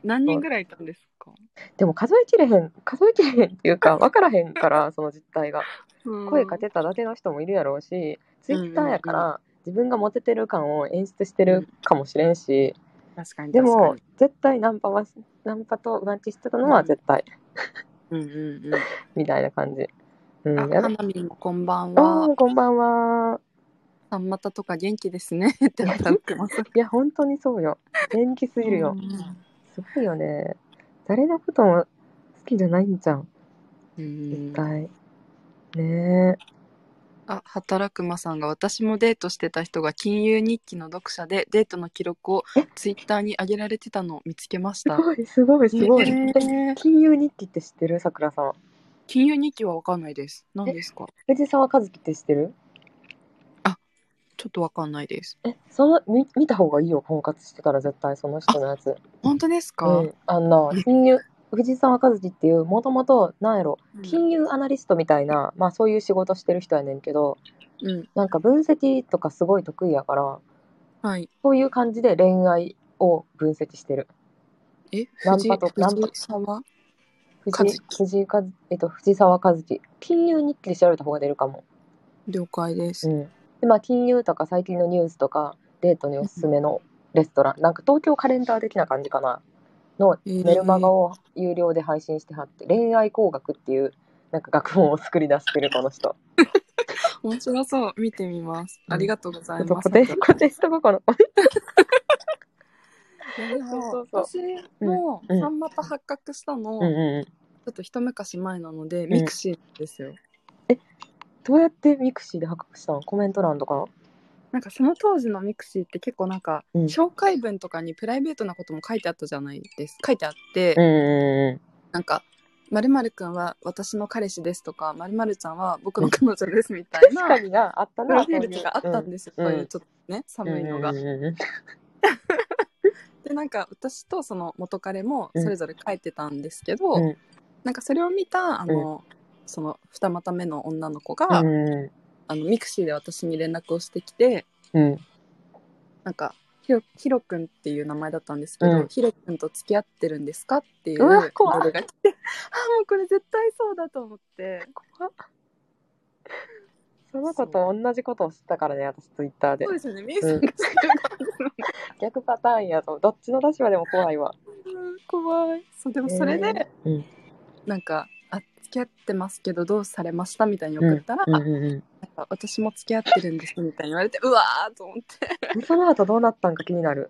A: 何人ぐらいいたんですか、
B: でも数えきれへん数えきれへんっていう か分からへんからその実態が
A: うん
B: 声かけただけの人もいるやろうしツイッターやか
A: うんう
B: ら自分がモテてる感を演出してるかもしれんし
A: 確かに
B: で
A: 確か
B: も
A: に
B: 絶対ナンパはナンパと浮気してたのは絶対
A: うんうんうん
B: みたいな感じ。うん、
A: あ
B: やだ
A: 花見もこんばん
B: あ
A: は
B: ーこんばんは。
A: さんまたとか元気ですねって歌ってます
B: いや本当にそうよ。元気すぎるよ
A: う。ん
B: すごいよね。誰のことも好きじゃないんじゃん
A: う
B: 絶
A: ん
B: 対。ね
A: あ働くまさんが私もデートしてた人が金融日記の読者でデートの記録をツイッターに上げられてたのを見つけまし
B: え。
A: た
B: す。ごいすごいすごい。
A: ね
B: え金融日記って知ってるさくらさん。
A: 金融日記はわかんないです。何ですか
B: 藤沢和樹って知ってる？
A: ちょっとわかんないです。
B: えその見見た方がいいよ婚活してたら絶対その人のやつ。
A: 本当ですか、
B: うん、あ の金融藤沢和樹っていうもともとなんやろ金融アナリストみたいな、まあ、そういう仕事してる人やねんけど
A: うん。
B: なんか分析とかすごい得意やから
A: はい。
B: そういう感じで恋愛を分析してる
A: え
B: ナン
A: 藤
B: パとナンパ
A: 藤沢和
B: 藤
A: 樹
B: 藤井和えっと、藤沢和樹金融日記で調べた方が出るかも、
A: 了解です
B: う。んでまあ、金融とか最近のニュースとかデートにおすすめのレストランなんか東京カレンダー的な感じかなの
A: へー
B: メルマガを有料で配信してはって恋愛工学っていうなんか学問を作り出してるこの人
A: 面白そう。見てみます。
B: うん
A: ありがとうござ
B: ちょ
A: い
B: っと
A: ます。
B: 固定固定した心
A: いやでも
B: そうそう
A: 私も
B: うんうん
A: さんまと発覚した
B: う
A: の、
B: ん
A: ち
B: うんうん
A: ょっと一昔前なので、
B: ん
A: ミクシーですよ。
B: どうやってミクシーで発覚したのコメント欄とか
A: なんかその当時のミクシーって結構なんか
B: うん
A: 紹介文とかにプライベートなことも書いてあったじゃないです書いてあって、
B: うんうん
A: なんか「まるくんは私の彼氏です」とか「まるちゃんは僕の彼女です」みたい
B: うん、確
A: な
B: かになあった
A: プ
B: な
A: ロフィールとかあったんですよ、
B: うん
A: そういうちょっとね寒いのが。
B: うんうんうんうん
A: でなんか私とその元彼も
B: うん
A: それぞれ書いてたんですけど、
B: うん
A: なんかそれを見たあの、その二股目の女の子が、
B: うん
A: あのミクシーで私に連絡をしてきて、
B: うん
A: なんかひろひろくんっていう名前だったんですけど、
B: うん
A: ひろくんと付き合ってるんですかっていう
B: う
A: メ
B: わ怖い
A: ールが来てあもうこれ絶対そうだと思って
B: その子と同じことを知ったからね私ツイッターで
A: そうですよねみゆさんが知ってるか
B: 逆パターンやとどっちの立場でも怖いわ
A: ら、うん怖いそうでもそれで、
B: うん
A: なんかあ付き合ってますけどどうされましたみたいに送ったら、
B: うん
A: あ
B: うん
A: なんか私も付き合ってるんですみたいに言われてうわーと思って
B: うんその後どうなったんか気になる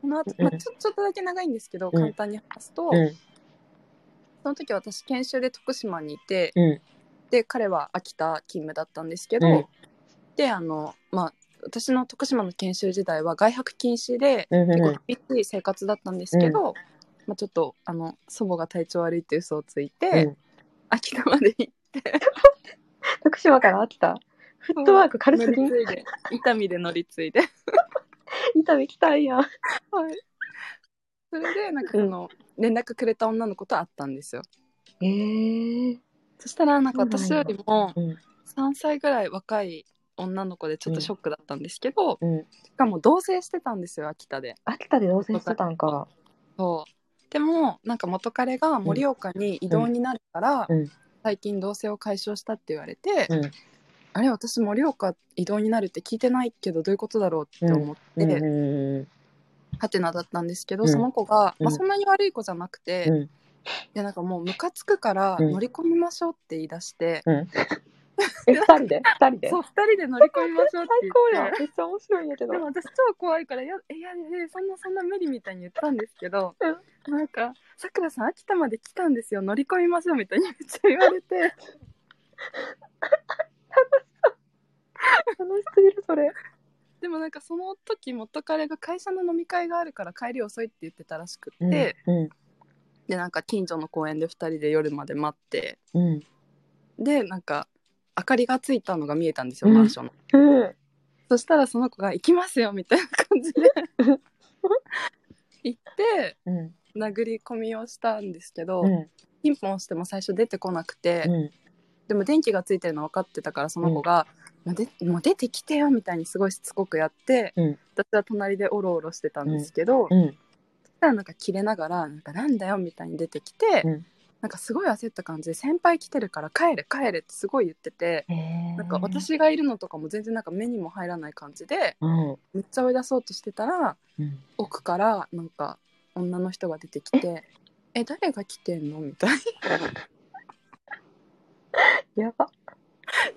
A: この後、
B: うん
A: まあ、ちょちょっとだけ長いんですけ
B: う
A: ど、
B: ん
A: 簡単に話すと、
B: うん
A: その時私研修で徳島にいて、
B: うん
A: で彼は秋田勤務だったんですけど、
B: うん
A: であのまあ私の徳島の研修時代は外泊禁止で
B: うん
A: 結
B: う
A: 構厳しい生活だったんですけど、まあ、ちょっとあの祖母が体調悪いって嘘をついて、
B: ん
A: 秋田まで行っって
B: 徳島から秋田フットワーク軽す
A: 乗
B: ぎ
A: り
B: ん
A: 継いで伊丹で乗り 継いで
B: 痛み来たんや
A: はい。それで、なんかこの、連絡くれた女の子と会ったんですよ。
B: えー、
A: そしたら、なんか
B: そうなんや
A: 私よりも
B: うん
A: 3歳ぐらい若い女の子でちょっとショックだったんですけど、
B: うん
A: しかも同棲してたんですよ、秋田で。
B: 秋田で同棲してたんか
A: そう。でも、なんか元彼が盛岡に移動になるから、
B: うんうん
A: 最近同棲を解消したって言われて、
B: うん
A: あれ、私盛岡移動になるって聞いてないけど、どういうことだろうって思って、
B: うんうん
A: ハテナだったんですけど、
B: うん
A: その子が、
B: うん
A: まあ、そんなに悪い子じゃなくて、
B: うん
A: でなんかもうムカつくから
B: うん
A: 乗り込みましょうって言い出して、
B: え二人で二人で
A: そう2人で乗り込みましょ
B: 最
A: うって言って
B: 高やんめっちゃ面白いんやけど
A: でも私超怖いからいやいやいやいやそんなそんな無理みたいに言ったんですけど、なんか「さくらさん秋田まで来たんですよ乗り込みましょう」みたいにめっちゃ言われて
B: 楽しすぎるそれ
A: でもなんかその時元彼が会社の飲み会があるから帰り遅いって言ってたらしくって、
B: うん
A: でなんか近所の公園で2人で夜まで待って
B: うん
A: でなんか明かりがついたのが見えたんですよ、
B: うん
A: マンションの。
B: うん
A: そしたらその子が「行きますよ」みたいな 感じで行って
B: うん
A: 殴り込みをしたんですけど、
B: うん
A: ピンポン押しても最初出てこなくて、
B: うん
A: でも電気がついてるの分かってたからその子が「もうでもう出てきてよ」みたいにすごいしつこくやって、
B: うん
A: 私は隣でおろおろしてたんですけど、
B: うん
A: そしたらなんか切れながら「なんかなんだよ」みたいに出てきて、
B: うん
A: なんかすごい焦った感じで「先輩来てるから帰れ帰れ」ってすごい言ってて。
B: えー
A: なんか私がいるのとかも全然なんか目にも入らない感じで、
B: うん
A: めっちゃ追い出そうとしてたら
B: うん
A: 奥からなんか女の人が出てきて「え誰が来てんの?」みたいな
B: やば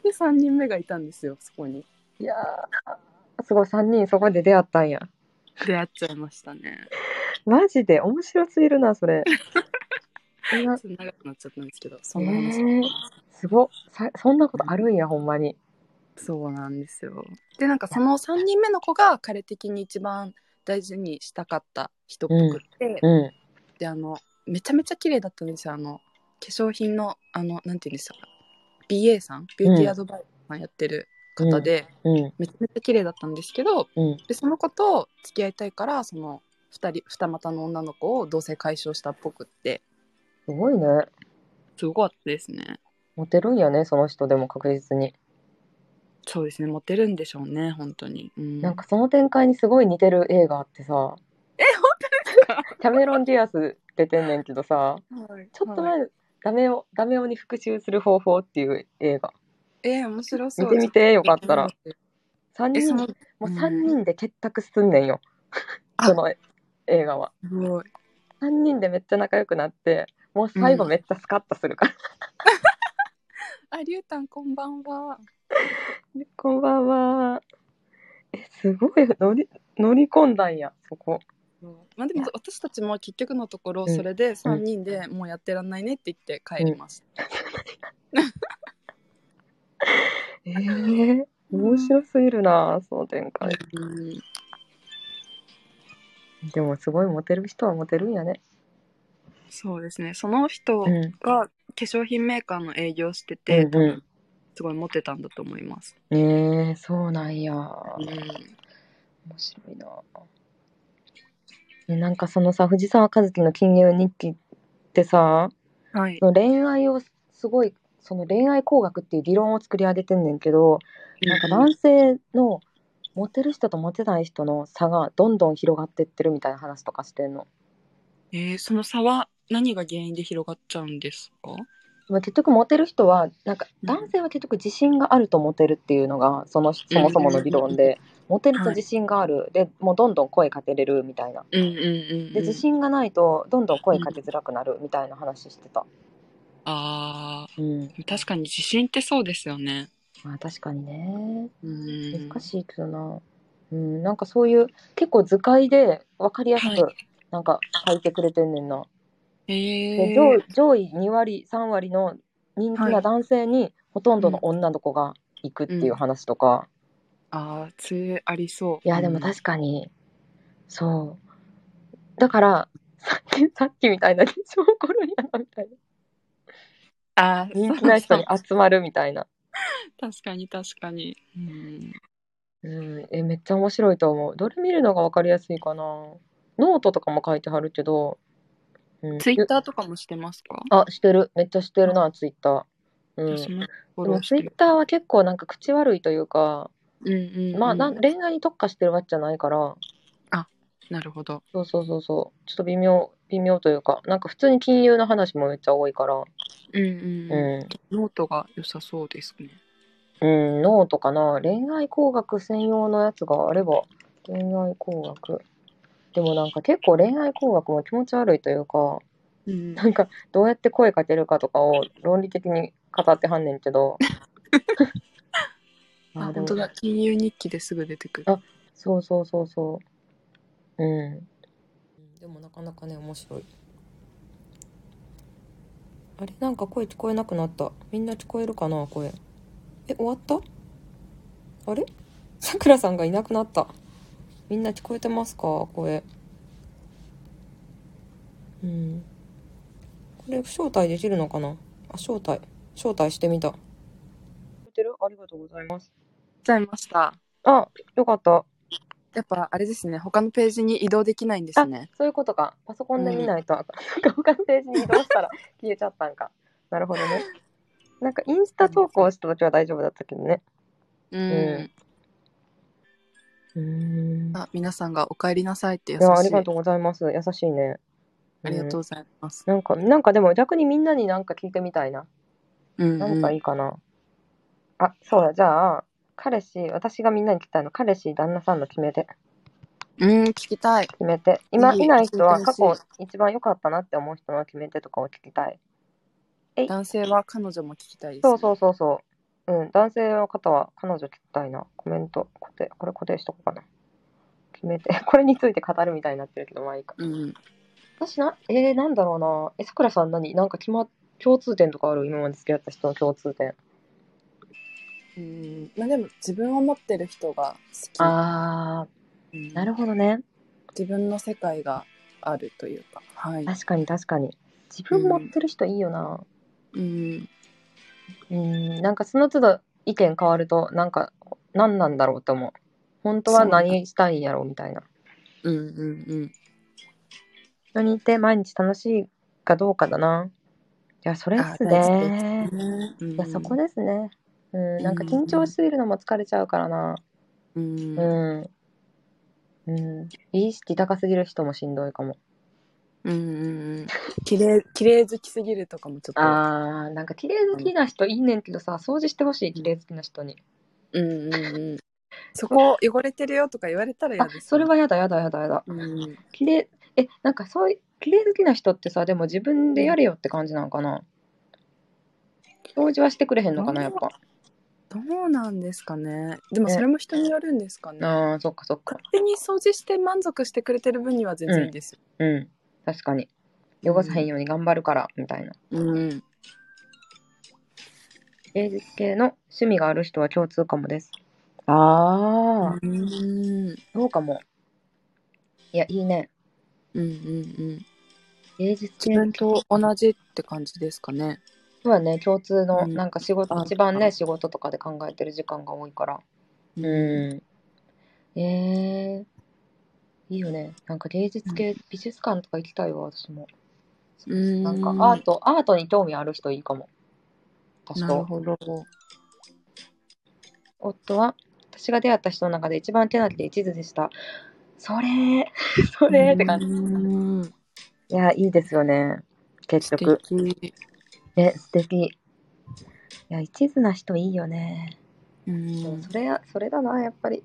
A: で3人目がいたんですよそこに
B: いやーすごい三人そこで出会ったんや
A: 出会っちゃいましたね
B: マジで面白すぎるなそ れいや
A: ちょっと長くなっちゃったんですけどそんな話、
B: えーすごっさそんなことあるんやほんまに
A: そうなんですよでなんかその3人目の子が彼的に一番大事にしたかった人っぽくって、
B: うん
A: であのめちゃめちゃ綺麗だったんですよあの化粧品のあのなんて言うんですか BA さんビューティーアドバイザーさんやってる方で、
B: うん
A: めちゃめちゃ綺麗だったんですけど
B: うん
A: でその子と付き合いたいからその2人二股の女の子を同棲解消したっぽくって
B: すごいね
A: すごかったですね
B: モテるんやねその人でも確実に
A: そうですねモテるんでしょうね本当に、うん、
B: なんかその展開にすごい似てる映画あってさえ本当ですか キャメロン・ディアス出てんねんけどさ
A: はい
B: ちょっと
A: はい
B: 前、ダメをダメをに復讐する方法っていう映画
A: えー、面白そう
B: 見てみてよかったら3
A: え
B: 人
A: その
B: もう
A: うん
B: 3人で結託すんねんよ、
A: あ
B: その映画は
A: すごい
B: 3人でめっちゃ仲良くなってもう最後めっちゃスカッとするから、
A: ありゅうたんこんばんは
B: こんばんはえすごい乗り乗り込んだんやそこ
A: まあ、でも私たちも結局のとこ
B: う
A: ろ
B: ん
A: それで3人でもうやってらんないねって言って帰りました、
B: えー、面白すぎるなその展開
A: うん
B: でもすごいモテる人はモテるんやね
A: そうですねその人
B: うん
A: が化粧品メーカーの営業してて、
B: うんうん
A: すごいモテたんだと思います。
B: えー、そうなんや
A: うん、
B: 面白いなえなんかそのさ藤沢和樹の金融日記ってさ
A: はい
B: そ。の恋愛をすごいその恋愛工学っていう理論を作り上げてんねんけどなんか男性のモテる人とモテない人の差がどんどん広がってってるみたいな話とかしてんの。
A: えーその差は何が原因で広がっちゃうんですか？
B: まあ結局モテる人はなんか
A: うん
B: 男性は結局自信があるとモテるっていうのがそのそもそもの理論でモテると自信があるでもうどんどん声かけれるみたいな
A: うんうんうん、うん。
B: で自信がないとどんどん声かけづらくなるみたいな話してた。
A: あ
B: うん
A: あ、確かに自信ってそうですよね。
B: まあ、確かにね
A: うん。
B: 難しいけどな、うん、なんかそういう結構図解で分かりやす
A: は
B: くなんか書いてくれてんねんな、
A: え
B: で
A: ー、
B: 上上位2割3割の人気
A: は
B: ない男性にほとんどの女の子が行くっていう話とか、
A: ああ、つありそう。
B: いやでも確かに、そうだからさっきさっきみたいな現象起こるんやなみたいな
A: あ
B: 人気な人に集まるみたいな。
A: 確かに確かに。うん。
B: うん、え、めっちゃ面白いと思う。どれ見るのがわかりやすいかな。ノートとかも書いてはるけど、うん、
A: ツイッターとかもしてますか？
B: あ、してる。めっちゃしてるな、ツイッター。うん。
A: 私
B: で
A: もフォロ
B: も
A: ーし
B: ツイ
A: て
B: ッ
A: る。
B: ターは結構なんか口悪いというか、
A: うんうん、うん。
B: まあなん恋愛に特化してるわけじゃないから、
A: なるほど。
B: そうそうそうそう、ちょっと微妙、微妙というか、なんか普通に金融の話もめっちゃ多いから、
A: うんうん。
B: うん、
A: ノートが良さそうですね。
B: うん、ノートかな、恋愛工学専用のやつがあれば、恋愛工学。でもなんか結構恋愛工学も気持ち悪いというか、
A: うん。
B: なんかどうやって声かけるかとかを論理的に語ってはんねんけ ど。
A: あ
B: ーで
A: 本
B: も
A: 当だ。金融日記ですぐ出てくる。
B: あそうそうそうそう。うん。でもなかなかね、面白い。あれなんか声聞こえなくなった。みんな聞こえるかな声。え、終わったあれさくらさんがいなくなった。みんな聞こえてますか声。うん。これ、招待できるのかなあ、招待。招待してみた。ありがとうございます。
A: ちゃいました。
B: あ、よかった。
A: やっぱあれですね。他のページに移動できないんですね。
B: そういうことか。パソコンで見ないと、なんか他のページに移動したら消えちゃったんか。なるほどね。なんかインスタ投稿した時は大丈夫だったけどね。
A: うん。
B: ううーん。
A: あ皆さんがお帰りなさいって優
B: い
A: しい。
B: や、ありがとうございます。優しいね。
A: ありがとう
B: う
A: ございます。
B: ん。なんか、なんかでも逆にみんなになんか聞いてみたいな。
A: うん、うん。
B: 何かいいかな。あ、そうだ。じゃあ、彼氏、私がみんなに聞きたいの。彼氏、旦那さんの決め手。
A: うん、聞きたい。
B: 決め手。今
A: いい
B: いない人は
A: 聞いて
B: 過
A: ほ
B: 去
A: しい
B: 一番良かったなって思う人の決め手とかを聞きたい。
A: 男性は彼女も聞きたいです、
B: そう
A: ね。
B: そうそうそう。うん、男性の方は彼女聞きたいな。コメント、固定、これ固定しとこうかな。決めて、 これについて語るみたいになってるけど、まあいいか。
A: う。うん。
B: 私な、えー、なんだろうな。え、さくらさん何なんか決まっ、共通点とかある今まで付き合った人の共通点。
A: うん、まあでも自分を持ってる人が好き。
B: あ
A: うん
B: ー、なるほどね。
A: 自分の世界があるというか。はい。
B: 確かに確かに。自分持ってる人いいよな。
A: うん。
B: うん、なんかその都度意見変わると、なんか、何なんだろうって思う。本当は何したいんやろうみたいな。
A: うんうんうん。
B: 人にいて毎日楽しいかどうかだな。いや、それっす
A: 大事です
B: ね。
A: ねうん
B: いや、そこですね。うん、なんか
A: うん
B: 緊張しすぎるのも疲れちゃうからな。
A: うん。
B: うん。うん。美意識高すぎる人もしんどいかも。
A: うんうんうん。綺麗綺麗好きすぎるとかもちょっと。
B: あー、なんか綺麗好きな人いいねんけどさ、掃除してほしい、綺麗好きな人に。
A: うんうんうん。そこ汚れてるよとか言われたら嫌
B: あ
A: です、、
B: それ。はやだやだやだやだ。
A: うん。
B: 綺麗、え、なんかそういう、綺麗好きな人ってさ、でも自分でやれよって感じなんかな。掃除はしてくれへんのかな、やっぱ。
A: どうなんですかね。でも
B: ね
A: それも人によるんですかね。
B: あー、そっかそっか
A: 勝。手に掃除して満足してくれてる分には全然いいですよ。
B: うん、確かに。
A: うん
B: 汚さへんように頑張るから、みたいな。
A: うん。
B: 芸術系の趣味がある人は共通かもです。ああ、
A: うん。
B: そうかも。いや、いいね。
A: うんうんうん、
B: 芸術系
A: 自分と同じって感じですかね。
B: そうやね、共通の、
A: うん
B: なんか仕事、
A: あ
B: 一番
A: あ
B: ね、仕事とかで考えてる時間が多いから。う
A: う
B: ん。えー、いいよね。なんか芸術系、美術館とか行きたいわ、私も。
A: うん
B: なんかアート、アートに興味ある人いいかも。私
A: なる
B: と。
A: ほど。
B: 夫は私が出会った人の中で一番手なきで一途でした。それー それーって感じ。
A: うん
B: いや、いいですよね。結
A: 素
B: 局。
A: 敵。
B: ね、素敵。いや、一途な人いいよね。
A: う
B: でも
A: ん
B: それや、それだな、やっぱり。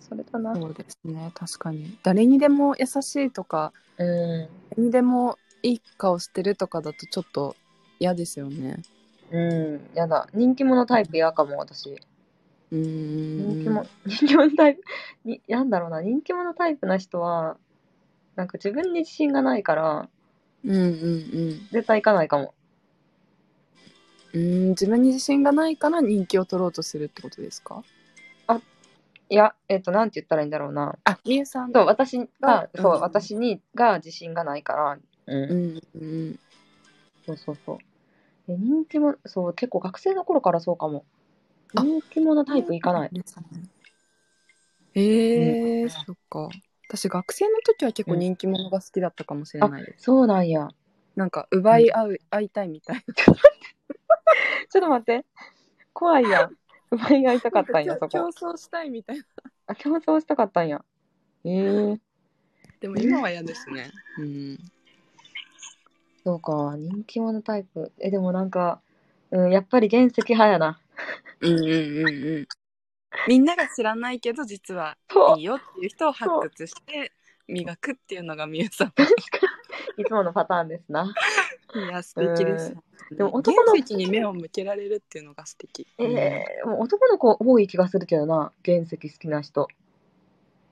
B: それだな。
A: そうですね、確かに。誰にでも優しいとか、
B: う
A: 誰にでもいい顔してるとかだとちょっと嫌ですよね。
B: ん。うん。やだ。人気者タイプ嫌かも、私。
A: うん。
B: 人気も、 人気者タイプ。に、なんだろうな。人気者タイプな人は、なんか自分に自信がないから、
A: うんうん
B: 絶対行かないかも。
A: うん。うん、自分に自信がないから人気を取ろうとするってことですか
B: いや、えっ、と、なんて言ったらいいんだろうな。
A: あ、みゆさん
B: そう、私が、
A: うん
B: そう、私にが自信がないから、う、
A: うんんうん。
B: そうそうそう。え人気もそう結構学生の頃からそうかも
C: あ
B: 人気者タイプいかない
A: えー、そっか。私、学生の時は結構人気者が好きだったかもしれないです。
B: そうなんや
A: なんか、奪い合う、会いたいみたい
B: ちょっと待って怖いやん奪い合いたか
A: な。
B: った んやそ
A: 競
B: こ
A: 争したいみたいな。
B: あ競争したかったんやええ
A: でも今は嫌ですね。うん。
B: そうか人気者タイプえでもなんか、うん、やっぱり原石派やな
A: うんうんうんうん。みんなが知らないけど、実は
B: そう
A: いいよっていう人を発掘して、磨くっていうのがみゆさん。
B: いつものパターンですな
A: いや、素敵です。
B: でも男の
A: 原石に目を向けられるっていうのが素敵。
B: えーもう男の子多い気がするけどな原石好きな人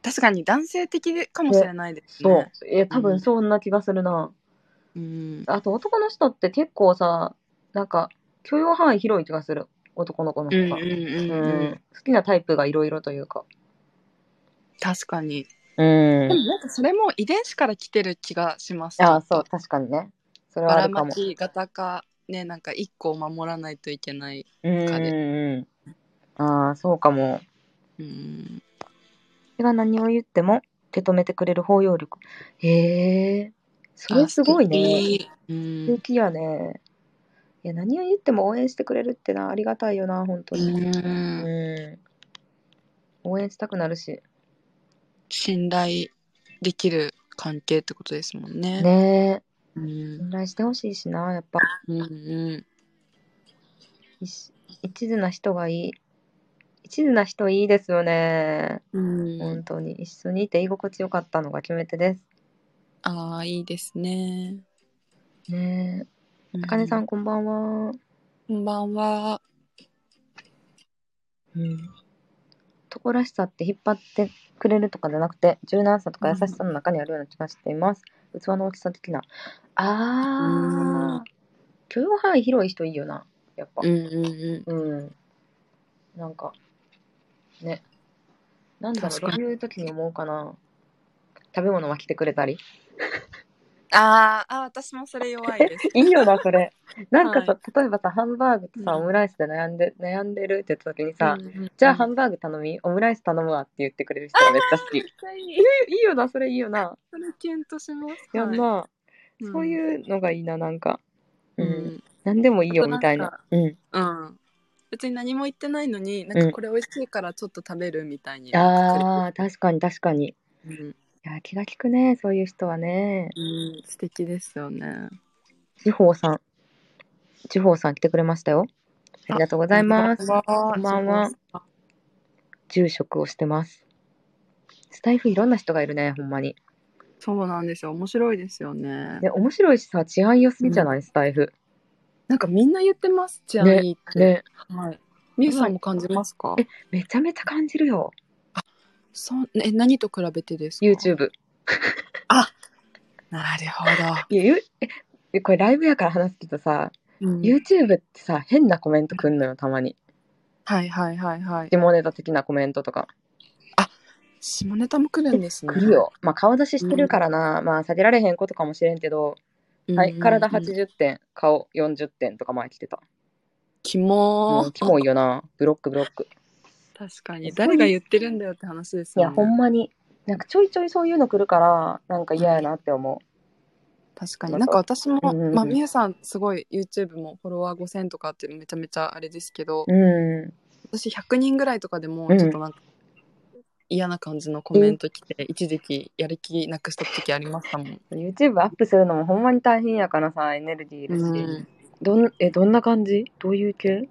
A: 確かに男性的でかもしれないです
B: そう
A: ね。、
B: え多分そんな気がするな、
A: うん。
B: あと男の人って結構さなんか許容範囲広い気がする男の子の
A: うん
B: 方が、
A: うんうん
B: う
A: うん。
B: ん好きなタイプがいろいろというか
A: 確かに。
B: うん
A: でもなんかそれも遺伝子から来てる気がします。
B: ああそう確かにねそれ
A: ば
B: はあ
A: ら
B: るか
A: ま
B: も
A: き型か、ね、なんか一個を守らないといけない。
B: うんうんうんああそうかも
A: うん。
B: それが何を言っても受け止めてくれる包容力へえそれすごいね
A: あ。素敵うん
B: 素。敵やねいや何を言っても応援してくれるってなありがたいよな本当に
A: うん
B: うん応援したくなるし
A: 信頼できる関係ってことですもんね。
B: ね
A: う
B: え
A: ん
B: 信頼してほしいしなやっぱ
A: うんうん、
B: 一一途な人がいい一途な人いいですよね、
A: うん
B: 本、当に一緒にいて居心地よかったのが決め手で
A: ああいいですね。
B: すねえ
A: う
B: あかねさん、こんばんは、
A: こんばんは。
B: うん、男らしさって引っ張ってくれるとかじゃなくて柔軟さとか優しさの中にあるような気がしています、器の大きさ的なあー、許容範囲広い人いいよなやっぱ
A: うんうんう
B: うん。なんか、ね。なんだろう、
A: 確
B: ど
A: かに
B: ういう時に思うかな。食べ物は来てくれたり。
A: ん。あーあー私もそれ弱いです。
B: いいよな、それ。なんかさ、
A: は
B: 例えばさ、ハンバーグとさ、
A: うん
B: オムライスで悩んで、悩んでるって言った時にさ、
A: うんうんうん
B: じゃあハンバーグ頼み、オムライス頼むわって言ってくれる人がめっちゃ 好き。い
A: めっちゃいい
B: いいいよな、それいいよな。
A: それキュンとします。
B: やんな、
A: い
B: そういうのがいいな、なんか。う。
A: うんん。
B: 何でもいいよ、みたい
A: あと
B: な。うん。
A: うん。別に何も言ってないのに、なん
B: うん
A: かこれ美味しいからちょっと食べるみたいに。
B: ああ、確かに確かに。い
A: うん、
B: や、気が利くね、そういう人はね。
A: うん、素敵ですよね。
B: 地方さん。地方さん来てくれましたよ。ありがとうございます。
A: こ
B: んばんは。住職をしてます。スタイフいろんな人がいるね、ほんまに。
A: そうなんですよ。面白いですよね。
B: で、面白いしさ、治安良すぎじゃない、スタイフ。
A: なんかみんな言ってます。治安いいって。
B: ね、
A: はい。みゆさんも感じますか。
B: えめちゃめちゃ感じるよ、
A: そう、え、何と比べてですか。。
B: YouTube。
A: なるほど。
B: いや、ゆえ、これライブやから話すけどさ、
A: うん、
B: YouTube ってさ、変なコメントくんのよ、たまに。
A: はいはいはいはい。
B: 下ネタ的なコメントとか。
A: 下ネタも来るんですね。
B: 来るよ。まあ、顔出ししてるからな、まあ、避けられへんことかもしれんけど、
A: うん。
B: はい、体
A: うん。
B: 80点、顔40点とか前来てた。
A: キモ
B: も
A: ー
B: う、キモいよな。ブロック、ブロック。
A: 確か
B: そ
A: に。
B: ういう
A: 誰が言ってるんだよって話です
B: いや、
A: よ
B: ほ
A: ね。
B: んまに。なんかちょいちょいそういうの来るから、なんか嫌やなって思
A: 確かに。なんか私も、
B: うんうんうん
A: まあ、みゆさん、すごい YouTube もフォロワー5000とかってめちゃめちゃあれですけど
B: う。、うん。
A: 私100人ぐらいとかでも
B: うん
A: ちょっとなんか、嫌な感じのコメント来て、一時期やる気なくした時ありましたもん。
B: YouTube アップするのもほんまに大変やからさ、エネルギーいるし。
A: うん
B: どんえ、どんな感じどういう系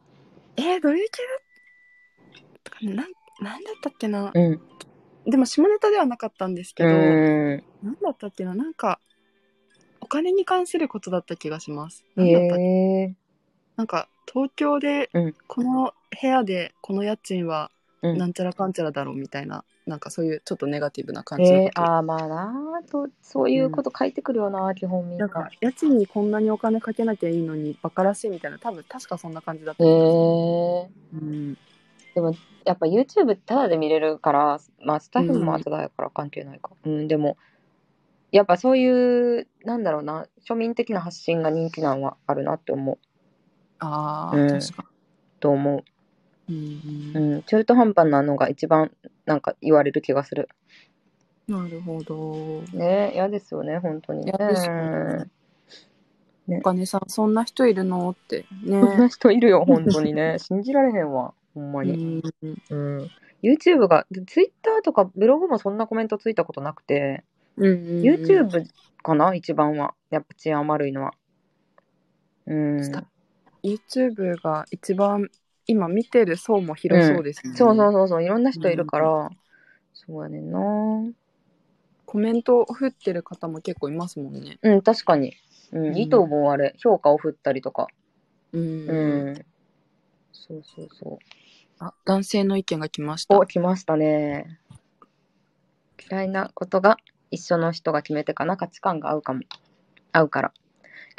A: えー、どういう系だったかななんなんだったっけな、
B: うん。
A: でも下ネタではなかったんですけ
B: う
A: ど、
B: ん。
A: なんだったっけななんかお金に関することだった気がします。なんだったっけ
B: へえ
A: なんか東京で
B: うん
A: この部屋でこの家賃は
B: うん
A: なんちゃらかんちゃらだろうみたいな、なんかそういうちょっとネガティブな感
B: へ
A: じの
B: え
A: こと
B: あーまあなーと、そういうこと書いてくるよな、基本みんな
A: な。
B: ん
A: か家賃にこんなにお金かけなきゃいいのにバカらしいみたいな多分確かそんな感じだった
B: へ
A: 気がし
B: え
A: ますうん、
B: やっぱ YouTube タダで見れるから、まあスタッフ
A: うん
B: も後だから関係ないか。うん、でも、やっぱそういう、なんだろうな、庶民的な発信が人気なんはあるなって思う。
A: ああ、
B: うん
A: 確か
B: と思
A: うん
B: う、うん、中途半端なのが一番なんか言われる気がする
A: なるほど
B: ね嫌ですよね本当にね
A: 嫌ですよお金さんそんな人いるのってね
B: そんな人いる よ本当にね信じられへんわほんまに、
A: うん
B: うん、YouTube がで Twitter とかブログもそんなコメントついたことなくて、
A: うん、
B: YouTube かな一番はやっぱ治安悪いのはうん
A: スタ YouTube が一番今見てる層も広そうですね、
B: そうそうそうそういろんな人いるから、そうやねんな
A: コメントを振ってる方も結構いますもんね
B: うん確かに、うん
A: うん
B: いいと思うあれ評価を振ったりとか
A: うん
B: うん、そうそうそう
A: あ男性の意見が来ました
B: お来ましたね嫌いなことが一緒の人が決めてかな価値観が合うかも合うから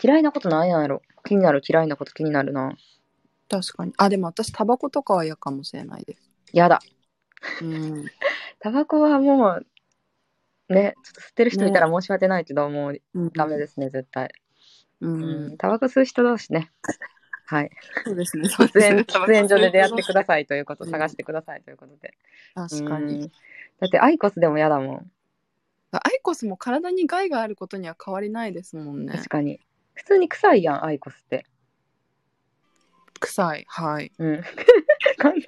B: 嫌いなことなんやろ気になる嫌いなこと気になるな
A: 確かにあでも私タバコとかは嫌かもしれないで
B: やだ
A: す、うん、
B: タバコはもうねちょっと吸ってる人いたら申し訳ないけど、もうダメ
A: す、
B: ですね絶対、
A: う
B: うん
A: ん、
B: タバコ吸う人同士 ねはい
A: そうですね
B: 喫煙喫煙所で出会ってくださいということ、
A: うん
B: 探してくださいということで
A: 確か
B: う
A: に
B: んだってアイコスでもやだもん
A: アイコスも体に害があることには変わりないですもんね
B: 確かに普通に臭いやんアイコスって
A: 臭いはい
B: うん。簡単に。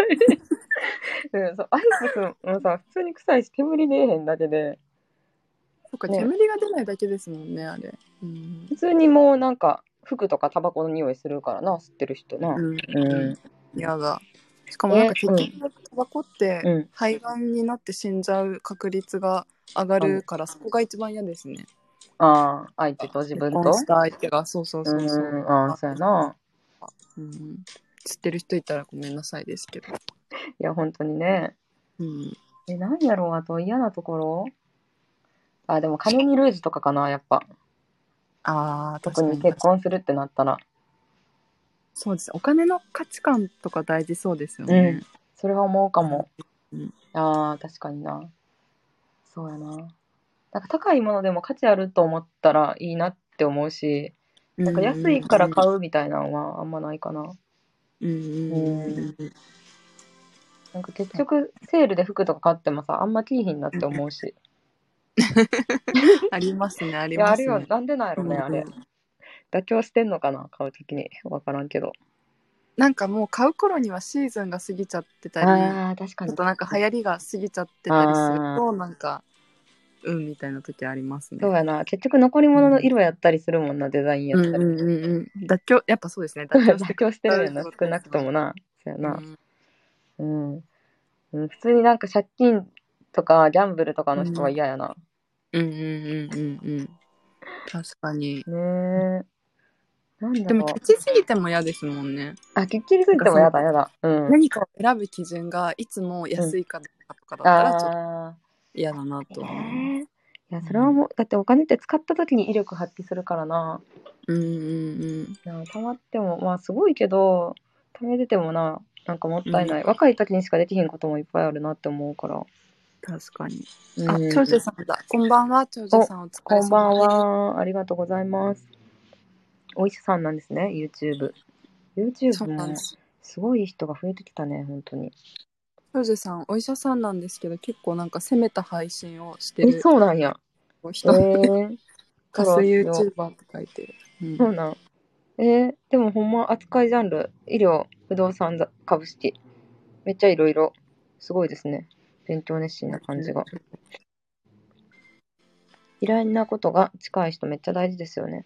B: うん、そう、アイコスもさ、普通に臭いし、煙出えへんだけで、
A: そっか
B: ね
A: 煙が出ないだけですもんねあれうん
B: 普通にもうなんか、服とかタバコの匂いするからな、吸ってる人な。
A: うん
B: うん。
A: やだしかもなん
B: ね
A: か結局タバコって
B: うん。
A: 肺がんになって死んじゃう確率が上がるからそこが一番嫌ですね
B: ああ、相手と自分と。
A: 結婚した相手がそうそう
B: う
A: そうそう、
B: ん、ああ、そうやな。
A: うん、知ってる人いたらごめんなさいですけど、
B: いや、本当にね。
A: うん、
B: え、なんやろう、あと嫌なところあ、でも、カムミルージュとかかな、やっぱ。
A: ああ
B: 特
A: 確か
B: に
A: に
B: 結婚するってなったら。
A: そうですねお金の価値観とか大事そうですよね、
B: それは思うかも。
A: うん
B: ああ、確かにな。そうやな。なんか高いものでも価値あると思ったらいいなって思うし、
A: う
B: なんか安いから買うみたいなのはあんまないかな。
A: うんうんうん
B: なんか結局、セールで服とか買ってもさ、あんま着いひんなって思うし。
A: ありますねあ
B: い
A: り
B: や、
A: ま
B: あ
A: す
B: れ
A: ね
B: よ、なんでなんやろね、あれ。妥協してんのかな、買うときに。わからんけど。
A: なんかもう買う頃にはシーズンが過ぎちゃってたり
B: ああ、確か
A: ちょ
B: に
A: っ。となんか流行りが過ぎちゃってたりするとなんかうんみたいな時ありますね
B: そうやな。結局、残り物の色やったりするもんな、デザインや
A: う
B: っ
A: ん
B: た
A: う
B: り。
A: んうんうん妥協やっぱそうですね妥協して
B: 妥協してるよな、少なくともな。そうやな。うん、うん普通になんか借金とかギャンブルとかの人は嫌やな。
A: うんうんうんうんうん確かに
B: ねえ。なんだろ
A: で
B: う
A: も。ケチすぎても嫌ですもんね
B: あ、きっきりすぎても嫌だ、嫌だ。うん。
A: 何かを選ぶ基準がいつも安いかどうかとかだったらちょっと
B: あ
A: 嫌だなと
B: あ。
A: 思う
B: ねえいや、それはもう、だってお金って使った時に威力発揮するからな。
A: うんうんうん
B: なたまっても、まあすごいけど、貯めててもな、なんかもったいない。若い時にしかできひんこともいっぱいあるなって思うから。
A: 確かに
B: うん、
A: あ長寿さんだこんばんは長寿さんお疲
B: こ
A: れ様です
B: んばんは。ありがとうございます。お医者さんなんですね、YouTube。
A: そ
B: YouTube
A: うな
B: も
A: んです
B: すごい人が増えてきたね、本当に。
A: 長寿さんお医者さんなんですけど結構なんか攻めた配信をして
B: え、
A: る
B: そうなんや。え
A: 人
B: ー、
A: カス
B: そう
A: YouTuber って書いてる、うん
B: そうなん。えー、でもほんま扱いジャンル、医療、不動産ざ株式、めっちゃいろいろ、すごいですね。勉強熱心な感じが。嫌いなことが近い人めっちゃ大事ですよね。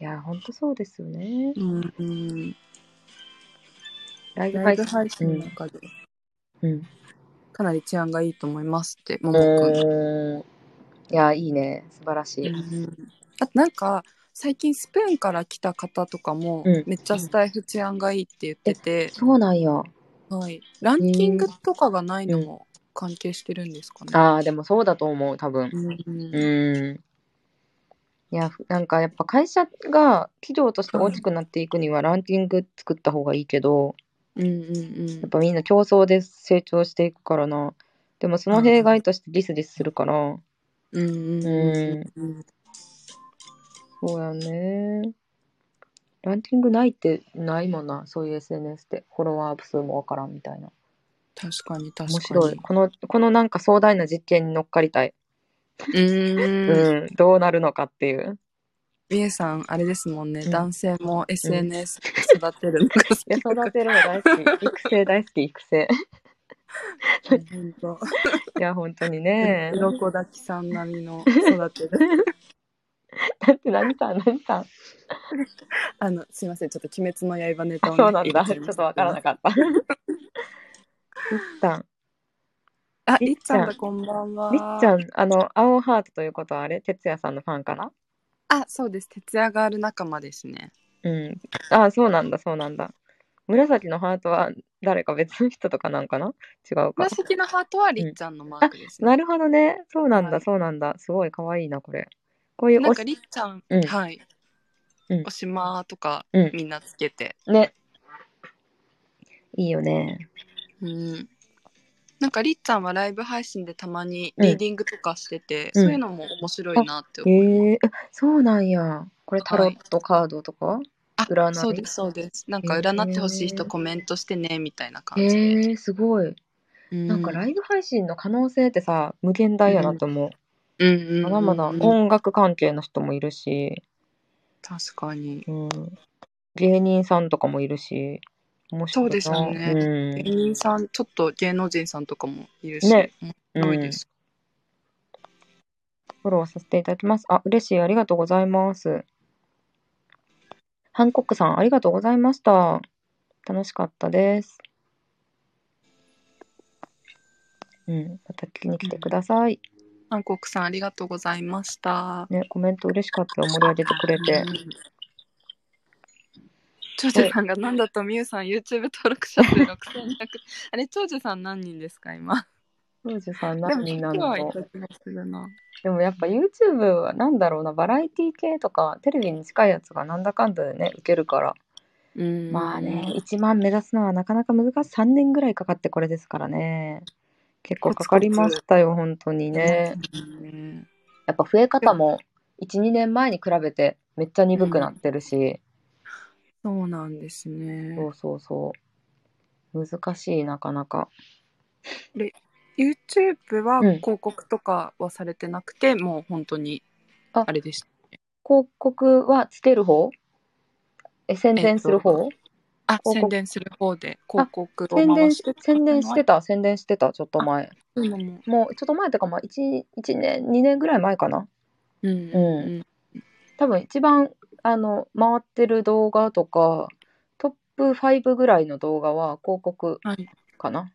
B: いやー、ほんとそうですよね。
A: うんうん、
B: ライブ
A: ラ
B: 配
A: イブ
B: 信。
A: 配信の中で
B: うん。
A: かなり治安がいいと思いますってももくん、
B: おーいや、いいね。素晴らしい。
A: うんあとなんか最近スプーンから来た方とかも、
B: うん
A: めっちゃスタイフ治安がいいって言ってて、
B: そうなんや。
A: はい、ランキングとかがないのも関係してるんですかね、
B: ああ、でもそうだと思う、多分。
A: うん
B: うーん。いや、ふなんかやっぱ会社が企業として大きくなっていくにはランキング作った方がいいけど、
A: うんうん
B: やっぱみんな競争で成長していくからな。でもその弊害としてディスディスするから、
A: うんうんうんうんうん
B: そうやね。ランキングないってないもんな、そういう SNS で。フォロワー数もわからんみたいな。
A: 確かに確かに
B: 面白い。この、このなんか壮大な実験に乗っかりたい。
A: うーん
B: うん、どうなるのかっていう。
A: 美恵さんあれですもんね、
B: うん
A: 男性も SNS 育てるのが好
B: い
A: き
B: や、 育てるの大好き。育成大好き、育成。
A: 本当
B: いや、本当にね。
A: 鱗滝さん並みの育て る
B: だって何さん、何さん。
A: あのすいませんちょっと「鬼滅の刃」ネタを、
B: あ
A: ね、
B: そうなんだ。
A: 入
B: ち
A: れゃい
B: ょっ
A: ました
B: とわからなか った。いっちゃん、
A: あ
B: り
A: り
B: っ
A: っ
B: ち
A: ち
B: ゃん
A: ゃんだこんばんは
B: りっちゃん、あの、青ハートということはあれ哲也さんのファンかな
A: あそうです徹夜がある仲間ですね
B: うん。あ、そうなんだ、そうなんだ。紫のハートは誰か別の人とかなんかな違うか。
A: 紫のハートはりっちゃんのマークですね、
B: なるほどね。そうなん
A: は
B: だ、
A: い
B: そうなんだ。すごい可愛いな、これ。こういう
A: なん
B: お
A: か
B: し、
A: りっちゃん、
B: うん
A: はい、
B: うん
A: おしまとか
B: うん
A: みんなつけて、
B: ね。いいよね。
A: うん、なんかりっちゃんはライブ配信でたまに
B: うん
A: リーディングとかしてて、
B: うん
A: そういうのも面白いなって
B: え
A: 思う、
B: ー、あそうなんや。これタロットカードとか、占
A: あ
B: い
A: そうですそうですなんか
B: へー
A: 占ってほしい人コメントしてねみたいな
B: え
A: 感じで、
B: ー、すごい。
A: うん
B: なんかライブ配信の可能性ってさ、無限大やなと思う。
A: うんうんうんうん
B: まだまだ音楽関係の人もいるし、
A: 確かに
B: うん、芸人さんとかもいるし、面白いな。
A: そうですよね芸人さんちょっと芸能人さんとかもいるし、
B: ねうん。
A: 面
B: う
A: 白い
B: ん
A: で。す、
B: フォローさせていただきます。あ、嬉しい。ありがとうございます。ハンコックさん、ありがとうございました。楽しかったです。うん。また聞きに来てください。
A: 韓国さんありがとうございました、
B: ね、コメント嬉しかったよ。盛り上げてくれて
A: う。ん長寿さんがなんだとみゆさん YouTube 登録者数6200あれ長寿さん何人ですか今
B: ロージュさん
A: で
B: 何
A: も
B: 人
A: 100
B: なんだ
A: はい
B: ろ
A: た
B: う。
A: 気がするな
B: でもやっぱ YouTube はなんだろうな、バラエティ系とかテレビに近いやつがなんだかんだでね、受けるから。
A: うん
B: まあね、1万目指すのはなかなか難しい。3年ぐらいかかってこれですからね。結構かかりましたよ、本当にね。
A: うん
B: やっぱ増え方も1、2年前に比べてめっちゃ鈍くなってるし、
A: そうなんですね
B: そうそうそう。難しい、なかなか。
A: YouTube は
B: うん
A: 広告とかはされてなくて、もう本当に
B: あ
A: あれでした
B: 広告はつける方え、宣伝する方、
A: あ
B: 告
A: 宣伝する方で広告を
B: 宣伝
A: 回し
B: してて、宣伝してた、宣伝してた、ちょっと前。
A: そういうのも
B: もうちょっと前とか、まあ1、1年、2年ぐらい前かな。
A: うん
B: うん
A: うん
B: 多分一番あの回ってる動画とかトップ5ぐらいの動画は広告
A: はい
B: かな、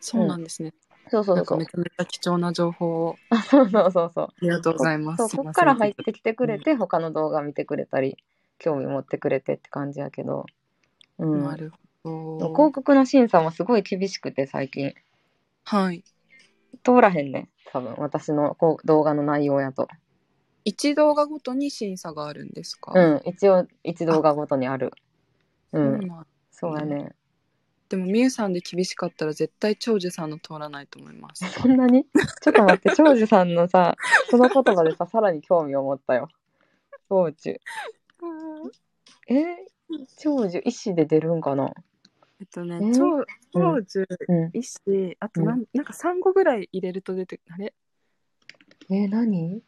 A: そうなんですね、
B: そうそう
A: な
B: そ
A: ん
B: う
A: かめちゃめちゃ貴重な情報を
B: あそう そうそうそう
A: ありがとうございます
B: そう
A: すい
B: こっ
A: ませ
B: か
A: ん
B: ら入ってきてくれて、他の動画見てくれたり興味持ってくれてって感じやけど、うん、
A: なるほど
B: 広告の審査もすごい厳しくて最近
A: はい
B: 通らへんね多分私のこう動画の内容やと
A: 一動画ごとに審査があるんですか、
B: う、ん一応一動画ごとにあるう
A: そうなん
B: ん
A: だ
B: そうやね
A: でもみゆさんで厳しかったら絶対長寿さんの通らないと思い ます
B: そんな にちょっと待って、長寿さんのさ、その言葉でさ、さらに興味を持ったよ。長寿。えー長寿、医師で出るんかな
A: えっとね、
B: えー
A: 長
B: う
A: 長寿、
B: うん。
A: 医師、あとなん,、なんか産後ぐらい入れると出てあれ
B: えー、何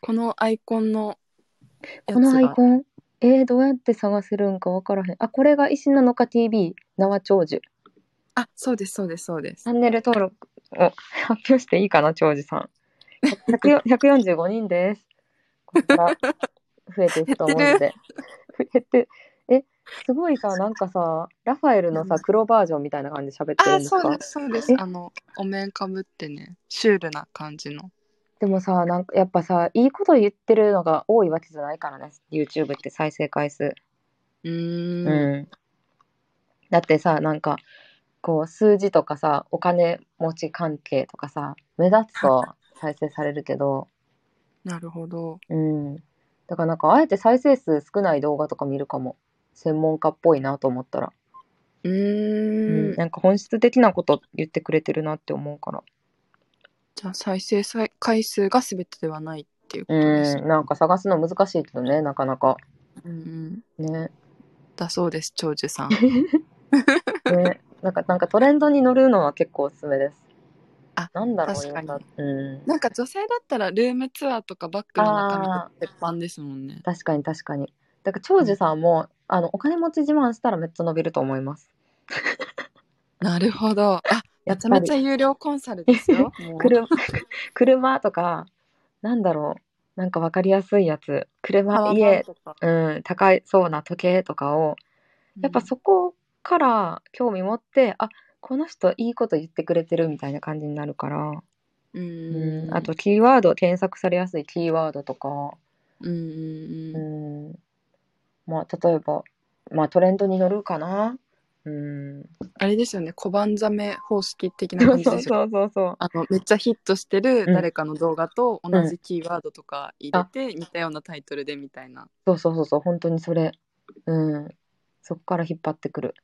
A: このアイコンのやつが
B: このアイコン。えー、どうやって探せるんかわからへん。あ、これが医師なのか TV、縄長寿。
A: あそうですそうですそうです
B: チャンネル登録を 発表していいかな、長寿さん。100 145人です。ここから増えていくと思うので。減って、え、すごいさ、なんかさ、ラファエルのさ、黒バージョンみたいな感じで喋ってるん
A: あ
B: です
A: そう
B: か
A: ですそうです
B: え
A: あのお面かぶってねシュールな感じの
B: でもさ、なんかやっぱさ、いいこと言ってるのが多いわけじゃないからね、YouTube って再生回数。
A: うー
B: うんん。だってさ、なんか、こう、数字とかさ、お金持ち関係とかさ、目立つと再生されるけど、
A: なるほど
B: うん。だからなんか、あえて再生数少ない動画とか見るかも。専門家っぽいなと思ったら。
A: うーん
B: なんか本質的なこと言ってくれてるなって思うから。
A: じゃあ再生さ回数が全てではないっていうこ
B: う
A: とです。
B: ん、なんか探すの難しいけどね、なかなか。
A: うんうん、
B: ね。
A: だそうです、長寿さん。
B: ね。なんか、なんかトレンドに乗るのは結構おすすめです。
A: あ、
B: なんだろう
A: 確かに
B: 今うん。
A: なんか女性だったらルームツアーとかバッグの中身って鉄板ですもんね。
B: 確かに確かに。だから長寿さんも、あの、お金持ち自慢したらめっちゃ伸びると思います。
A: なるほど。あ、
B: や
A: め
B: っ
A: ちゃ
B: ぱ
A: め
B: り
A: ちゃ有料コンサルです よ。もう
B: 車車とか、なんだろう、なんかわかりやすいやつ、
A: タ
B: 車、
A: ワマン
B: 家、
A: とか
B: うん、高いそうな時計とかを、やっぱそこから興味持って、あこの人いいこと言ってくれてるみたいな感じになるから、
A: う、
B: うんん
A: うん、
B: あと、キーワード、検索されやすいキーワードとか、
A: うんうん
B: う、
A: うん
B: まあ、例えば、まあ、トレンドに乗るかな。うん、
A: ん、あれですよね、小判ザメ方式的な
B: そ
A: 感
B: う
A: じ
B: そ
A: で
B: う
A: すよね。
B: そうそう。
A: あのめっちゃヒットしてる
B: うん
A: 誰かの動画と同じキーワードとか入れて、似たようなタイトルでみたいな。
B: そうそうそうそう、本当にそれ。うん。そこから引っ張ってくる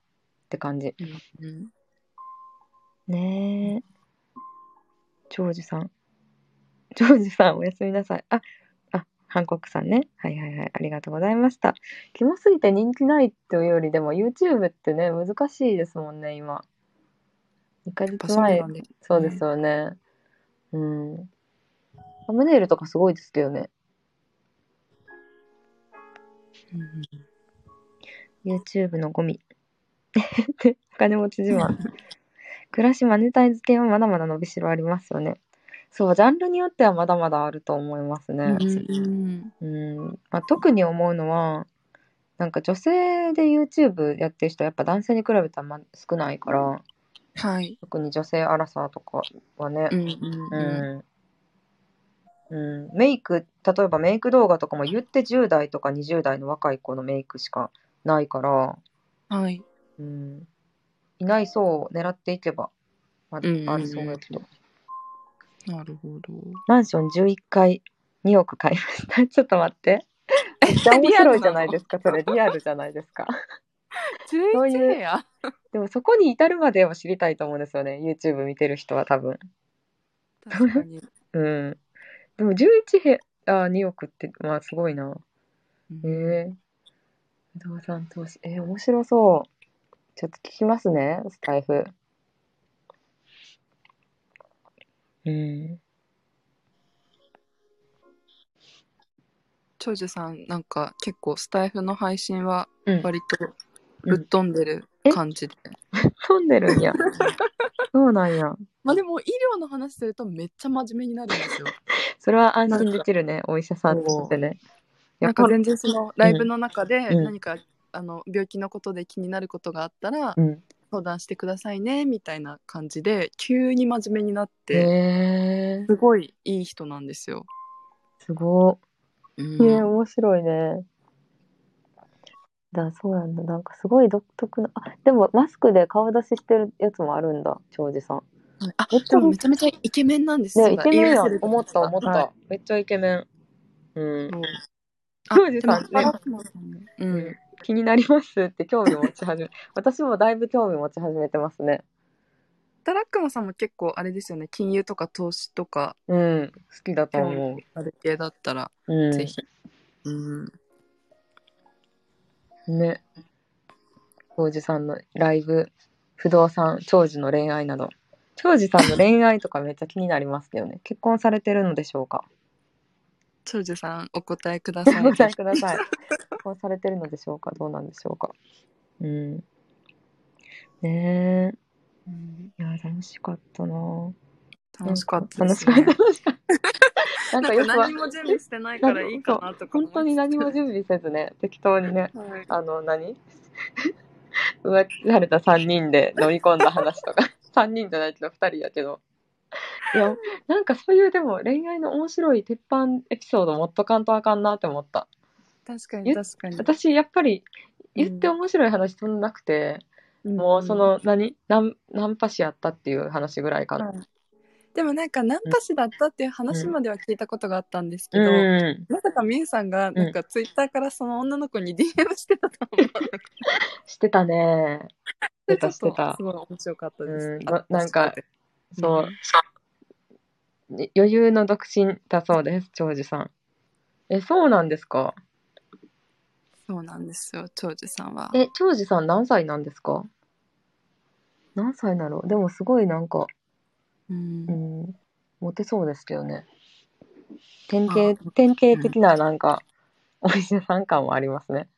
B: って感じ。
A: うん
B: ねえ。長寿さん。長寿さん、おやすみなさい。あ、あ、韓国さんね。はいはいはい。ありがとうございました。キモすぎて人気ないというよりでも、YouTube ってね、難しいですもんね、今。2ヶ
A: やっぱ
B: 月
A: そう
B: 前。
A: なんで
B: そうですよね。うん。サムネイルとかすごいですけどね。
A: うんうん
B: YouTube のゴミ。 お金持ち自慢。暮らしマネタイズ系はまだまだ伸びしろありますよね。そう、ジャンルによってはまだまだあると思いますね。
A: うん
B: うん。まあ、特に思うのは、なんか女性で YouTube やってる人はやっぱ男性に比べたらま少ないから、
A: はい。
B: 特に女性アラサーとかはね
A: う、んうんう
B: うん、うん、メイク例えばメイク動画とかも言って10代とか20代の若い子のメイクしかないから、
A: ん。はい。
B: うん、いない層を狙っていけば、まあ、
A: うんうんうん
B: ありそうやけど、
A: なるほど。
B: マンション11階2億買いました ちょっと待ってめっちゃ面白いじゃないですかそれリアルじゃないですか そういう
A: 11部屋
B: でもそこに至るまでを知りたいと思うんですよね YouTube 見てる人は多分
A: 確かに。
B: うんでも11部あ2億ってまあすごいな
A: うん
B: ええ不動産投資。えー、面白そう。ちょっと聞きますね、スタイフ。うん。
A: 長寿さんなんか結構スタイフの配信は
B: うん
A: 割と
B: うん
A: ぶっ飛んでる感じで、
B: 飛んでるん や。そうなんや。
A: まあでも医療の話するとめっちゃ真面目になるんです よ
B: それは安心できるね、お医者さんとしてね。や
A: な
B: っ
A: んか
B: ぱ、
A: 全然そのライブの中で
B: うん
A: 何か、あの病気のことで気になることがあったら
B: うん。
A: 相談してくださいねみたいな感じで急に真面目になって、
B: えー、
A: すごいいい人なんですよ、
B: すご
A: うん
B: い。ね、面白いね。だ、そうなんだ。なんかすごい独特な。あ、でもマスクで顔出ししてるやつもあるんだ、長寿さん。
A: あでもめちゃめちゃイケメンなんですよ
B: ね、イケメンやん。思った思っ、
A: そうだ
B: た。めっちゃイケメン。うん。
A: 言い忘れてた
B: あ
A: はい
B: ジョージさんね
A: でもバラクマさんねうん
B: うん気になりますって興味持ち 始め私もだいぶ興味持ち始めてますね
A: タラックマさんも結構あれですよね金融とか投資とか
B: うん好きだと思
A: ある系だったら、
B: う、うん、
A: ぜひ、うん、
B: ね長寿さんのライブ不動産長寿の恋愛など長寿さんの恋愛とかめっちゃ気になりますけどね結婚されてるのでしょうか
A: 長寿さんお答えくだ
B: お
A: さい
B: 答えください結婚されてるのでしょうかどうなんでしょうかうんね
A: うん
B: えいや楽しかったなぁ
A: 楽しかった
B: 楽
A: で
B: し
A: す
B: かった
A: ね
B: 楽しか ったな
A: な
B: ん
A: ん
B: かよ
A: か
B: くわ
A: 何も準備してないからいいかなとか
B: 本当に何も準
A: 準
B: 備せずね、適当にね、
A: 備、はい
B: あの、何 浮気された3人で乗り込んだ話と か、3人じゃないけど2人やけど。いや、なんかそういうでも恋愛の面白い鉄板エピソード持っとかんとあかんなって思った。
A: 確かに確かに
B: 私、やっぱり
A: うん
B: 言って面白い話そんななくて、もうそ、の何、何、ナンパしやったっていう話ぐらいか
A: ん
B: な。
A: はいでもなんかナンパ師だったっていう話までは聞いたことがあったんですけど、
B: うん。
A: まさかみゆさんがなんかツイッターからその女の子に DM してたと思わなく
B: してたね。して
A: て
B: た、して
A: ちょっと
B: た
A: す。ごい面白かったです、
B: うん
A: あ
B: ななんか
A: 確に
B: そう
A: うん。
B: ね余裕の独身だそうです、長寿さん。え、そうなんですか
A: そうなんですよ長寿さんは
B: え、長寿さん何歳なんですか何歳だろうでもすごいなんか、
A: うん
B: うん、モテそうですけどね。典
A: あ
B: 型、典型的ななんか、お医者さん感はありますね。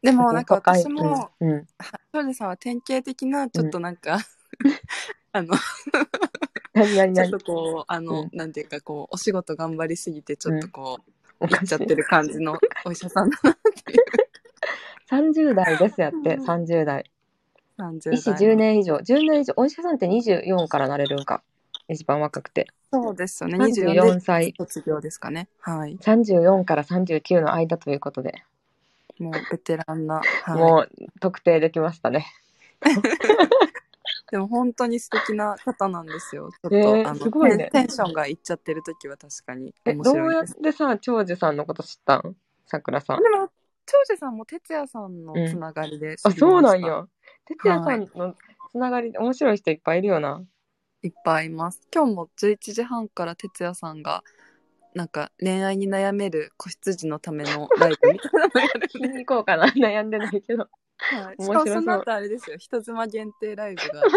A: でもなんか
B: 若い
A: 私も、
B: うん、うん
A: は長寿さんは典型的なちょっとなんか、 あの
B: 何何
A: ちょ
B: 何
A: っとこうあの、
B: うん
A: なんていうかこうお仕事頑張りすぎてちょっとこう、
B: お
A: いっ
B: かし
A: ちゃっ
B: い
A: て。る感じのお医者さんだ
B: 30代ですやっ
A: う
B: て、
A: ん
B: 30代。
A: な30 代
B: 医師10年以上。10年以上。お医者さんって24からなれるんか。一番若くて。
A: そうですよね24
B: 34
A: で
B: 歳。
A: 卒業ですかねはい
B: 34から39の間ということで、
A: もうベテランな、はい、
B: もう特定できましたね。
A: でも本当に素敵な方なんですよ。ちょっと、
B: えー
A: あの
B: すごいね
A: テンテンションがいっちゃってる時は確かに
B: え、
A: 面
B: ど
A: 白
B: う
A: い
B: や
A: で
B: っ
A: す。
B: てさ、長寿さんのこと知ったんさくらさん。
A: でも長寿さんも哲也さんのつながりで知り
B: あ、
A: ました、
B: そうなんや。てつやさんのつながり、面白い人いっぱいいるよな。
A: いっぱいいます。今日も11時半から哲也さんがなんか恋愛に悩める子羊のためのライブみたいなのが あ
B: 聞
A: る
B: き
A: んで、
B: に行こうかな。悩んでないけど。
A: はい、
B: 面白
A: し
B: そう
A: かもその後あれですよ人妻限定ライブがある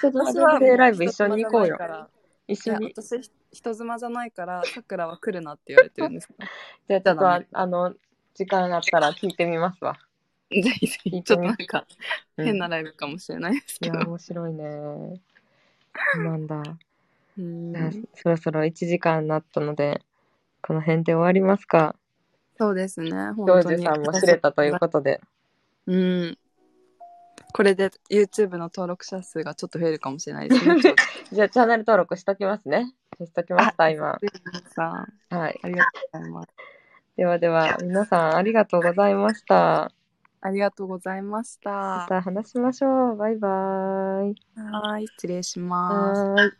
B: 人妻限定ライブ一緒に行こうよ
A: 人妻じゃない。からい
B: 一緒
A: や
B: に。
A: 私人妻じゃないからさくらは来るなって言われてるん ですけど
B: じゃあちょっと
A: じゃあ
B: あ
A: ね、
B: あの、時間あったら聞いてみますわ。
A: ぜひぜひちょっとなんか
B: うん
A: 変なライブかもしれないです
B: い
A: け
B: や、
A: ど。
B: 面白いね。そうなんだ。
A: うん
B: じゃあ、そろそろ1時間になったので、この辺で終わりますか。
A: そうですね。本
B: ジョー
A: 当
B: ジ
A: に。
B: さんも知れたということで、
A: うん。これで YouTube の登録者数がちょっと増えるかもしれないですね。
B: じゃあチャンネル登録しときますね。しときました、今。
A: さん、
B: はい。
A: ありがとうございます。
B: ではでは、皆さんありがとうございました。
A: ありがとうございました。
B: ま
A: は
B: た話しましょう。バイバーイ。
A: ーい、失礼します。
B: はーい。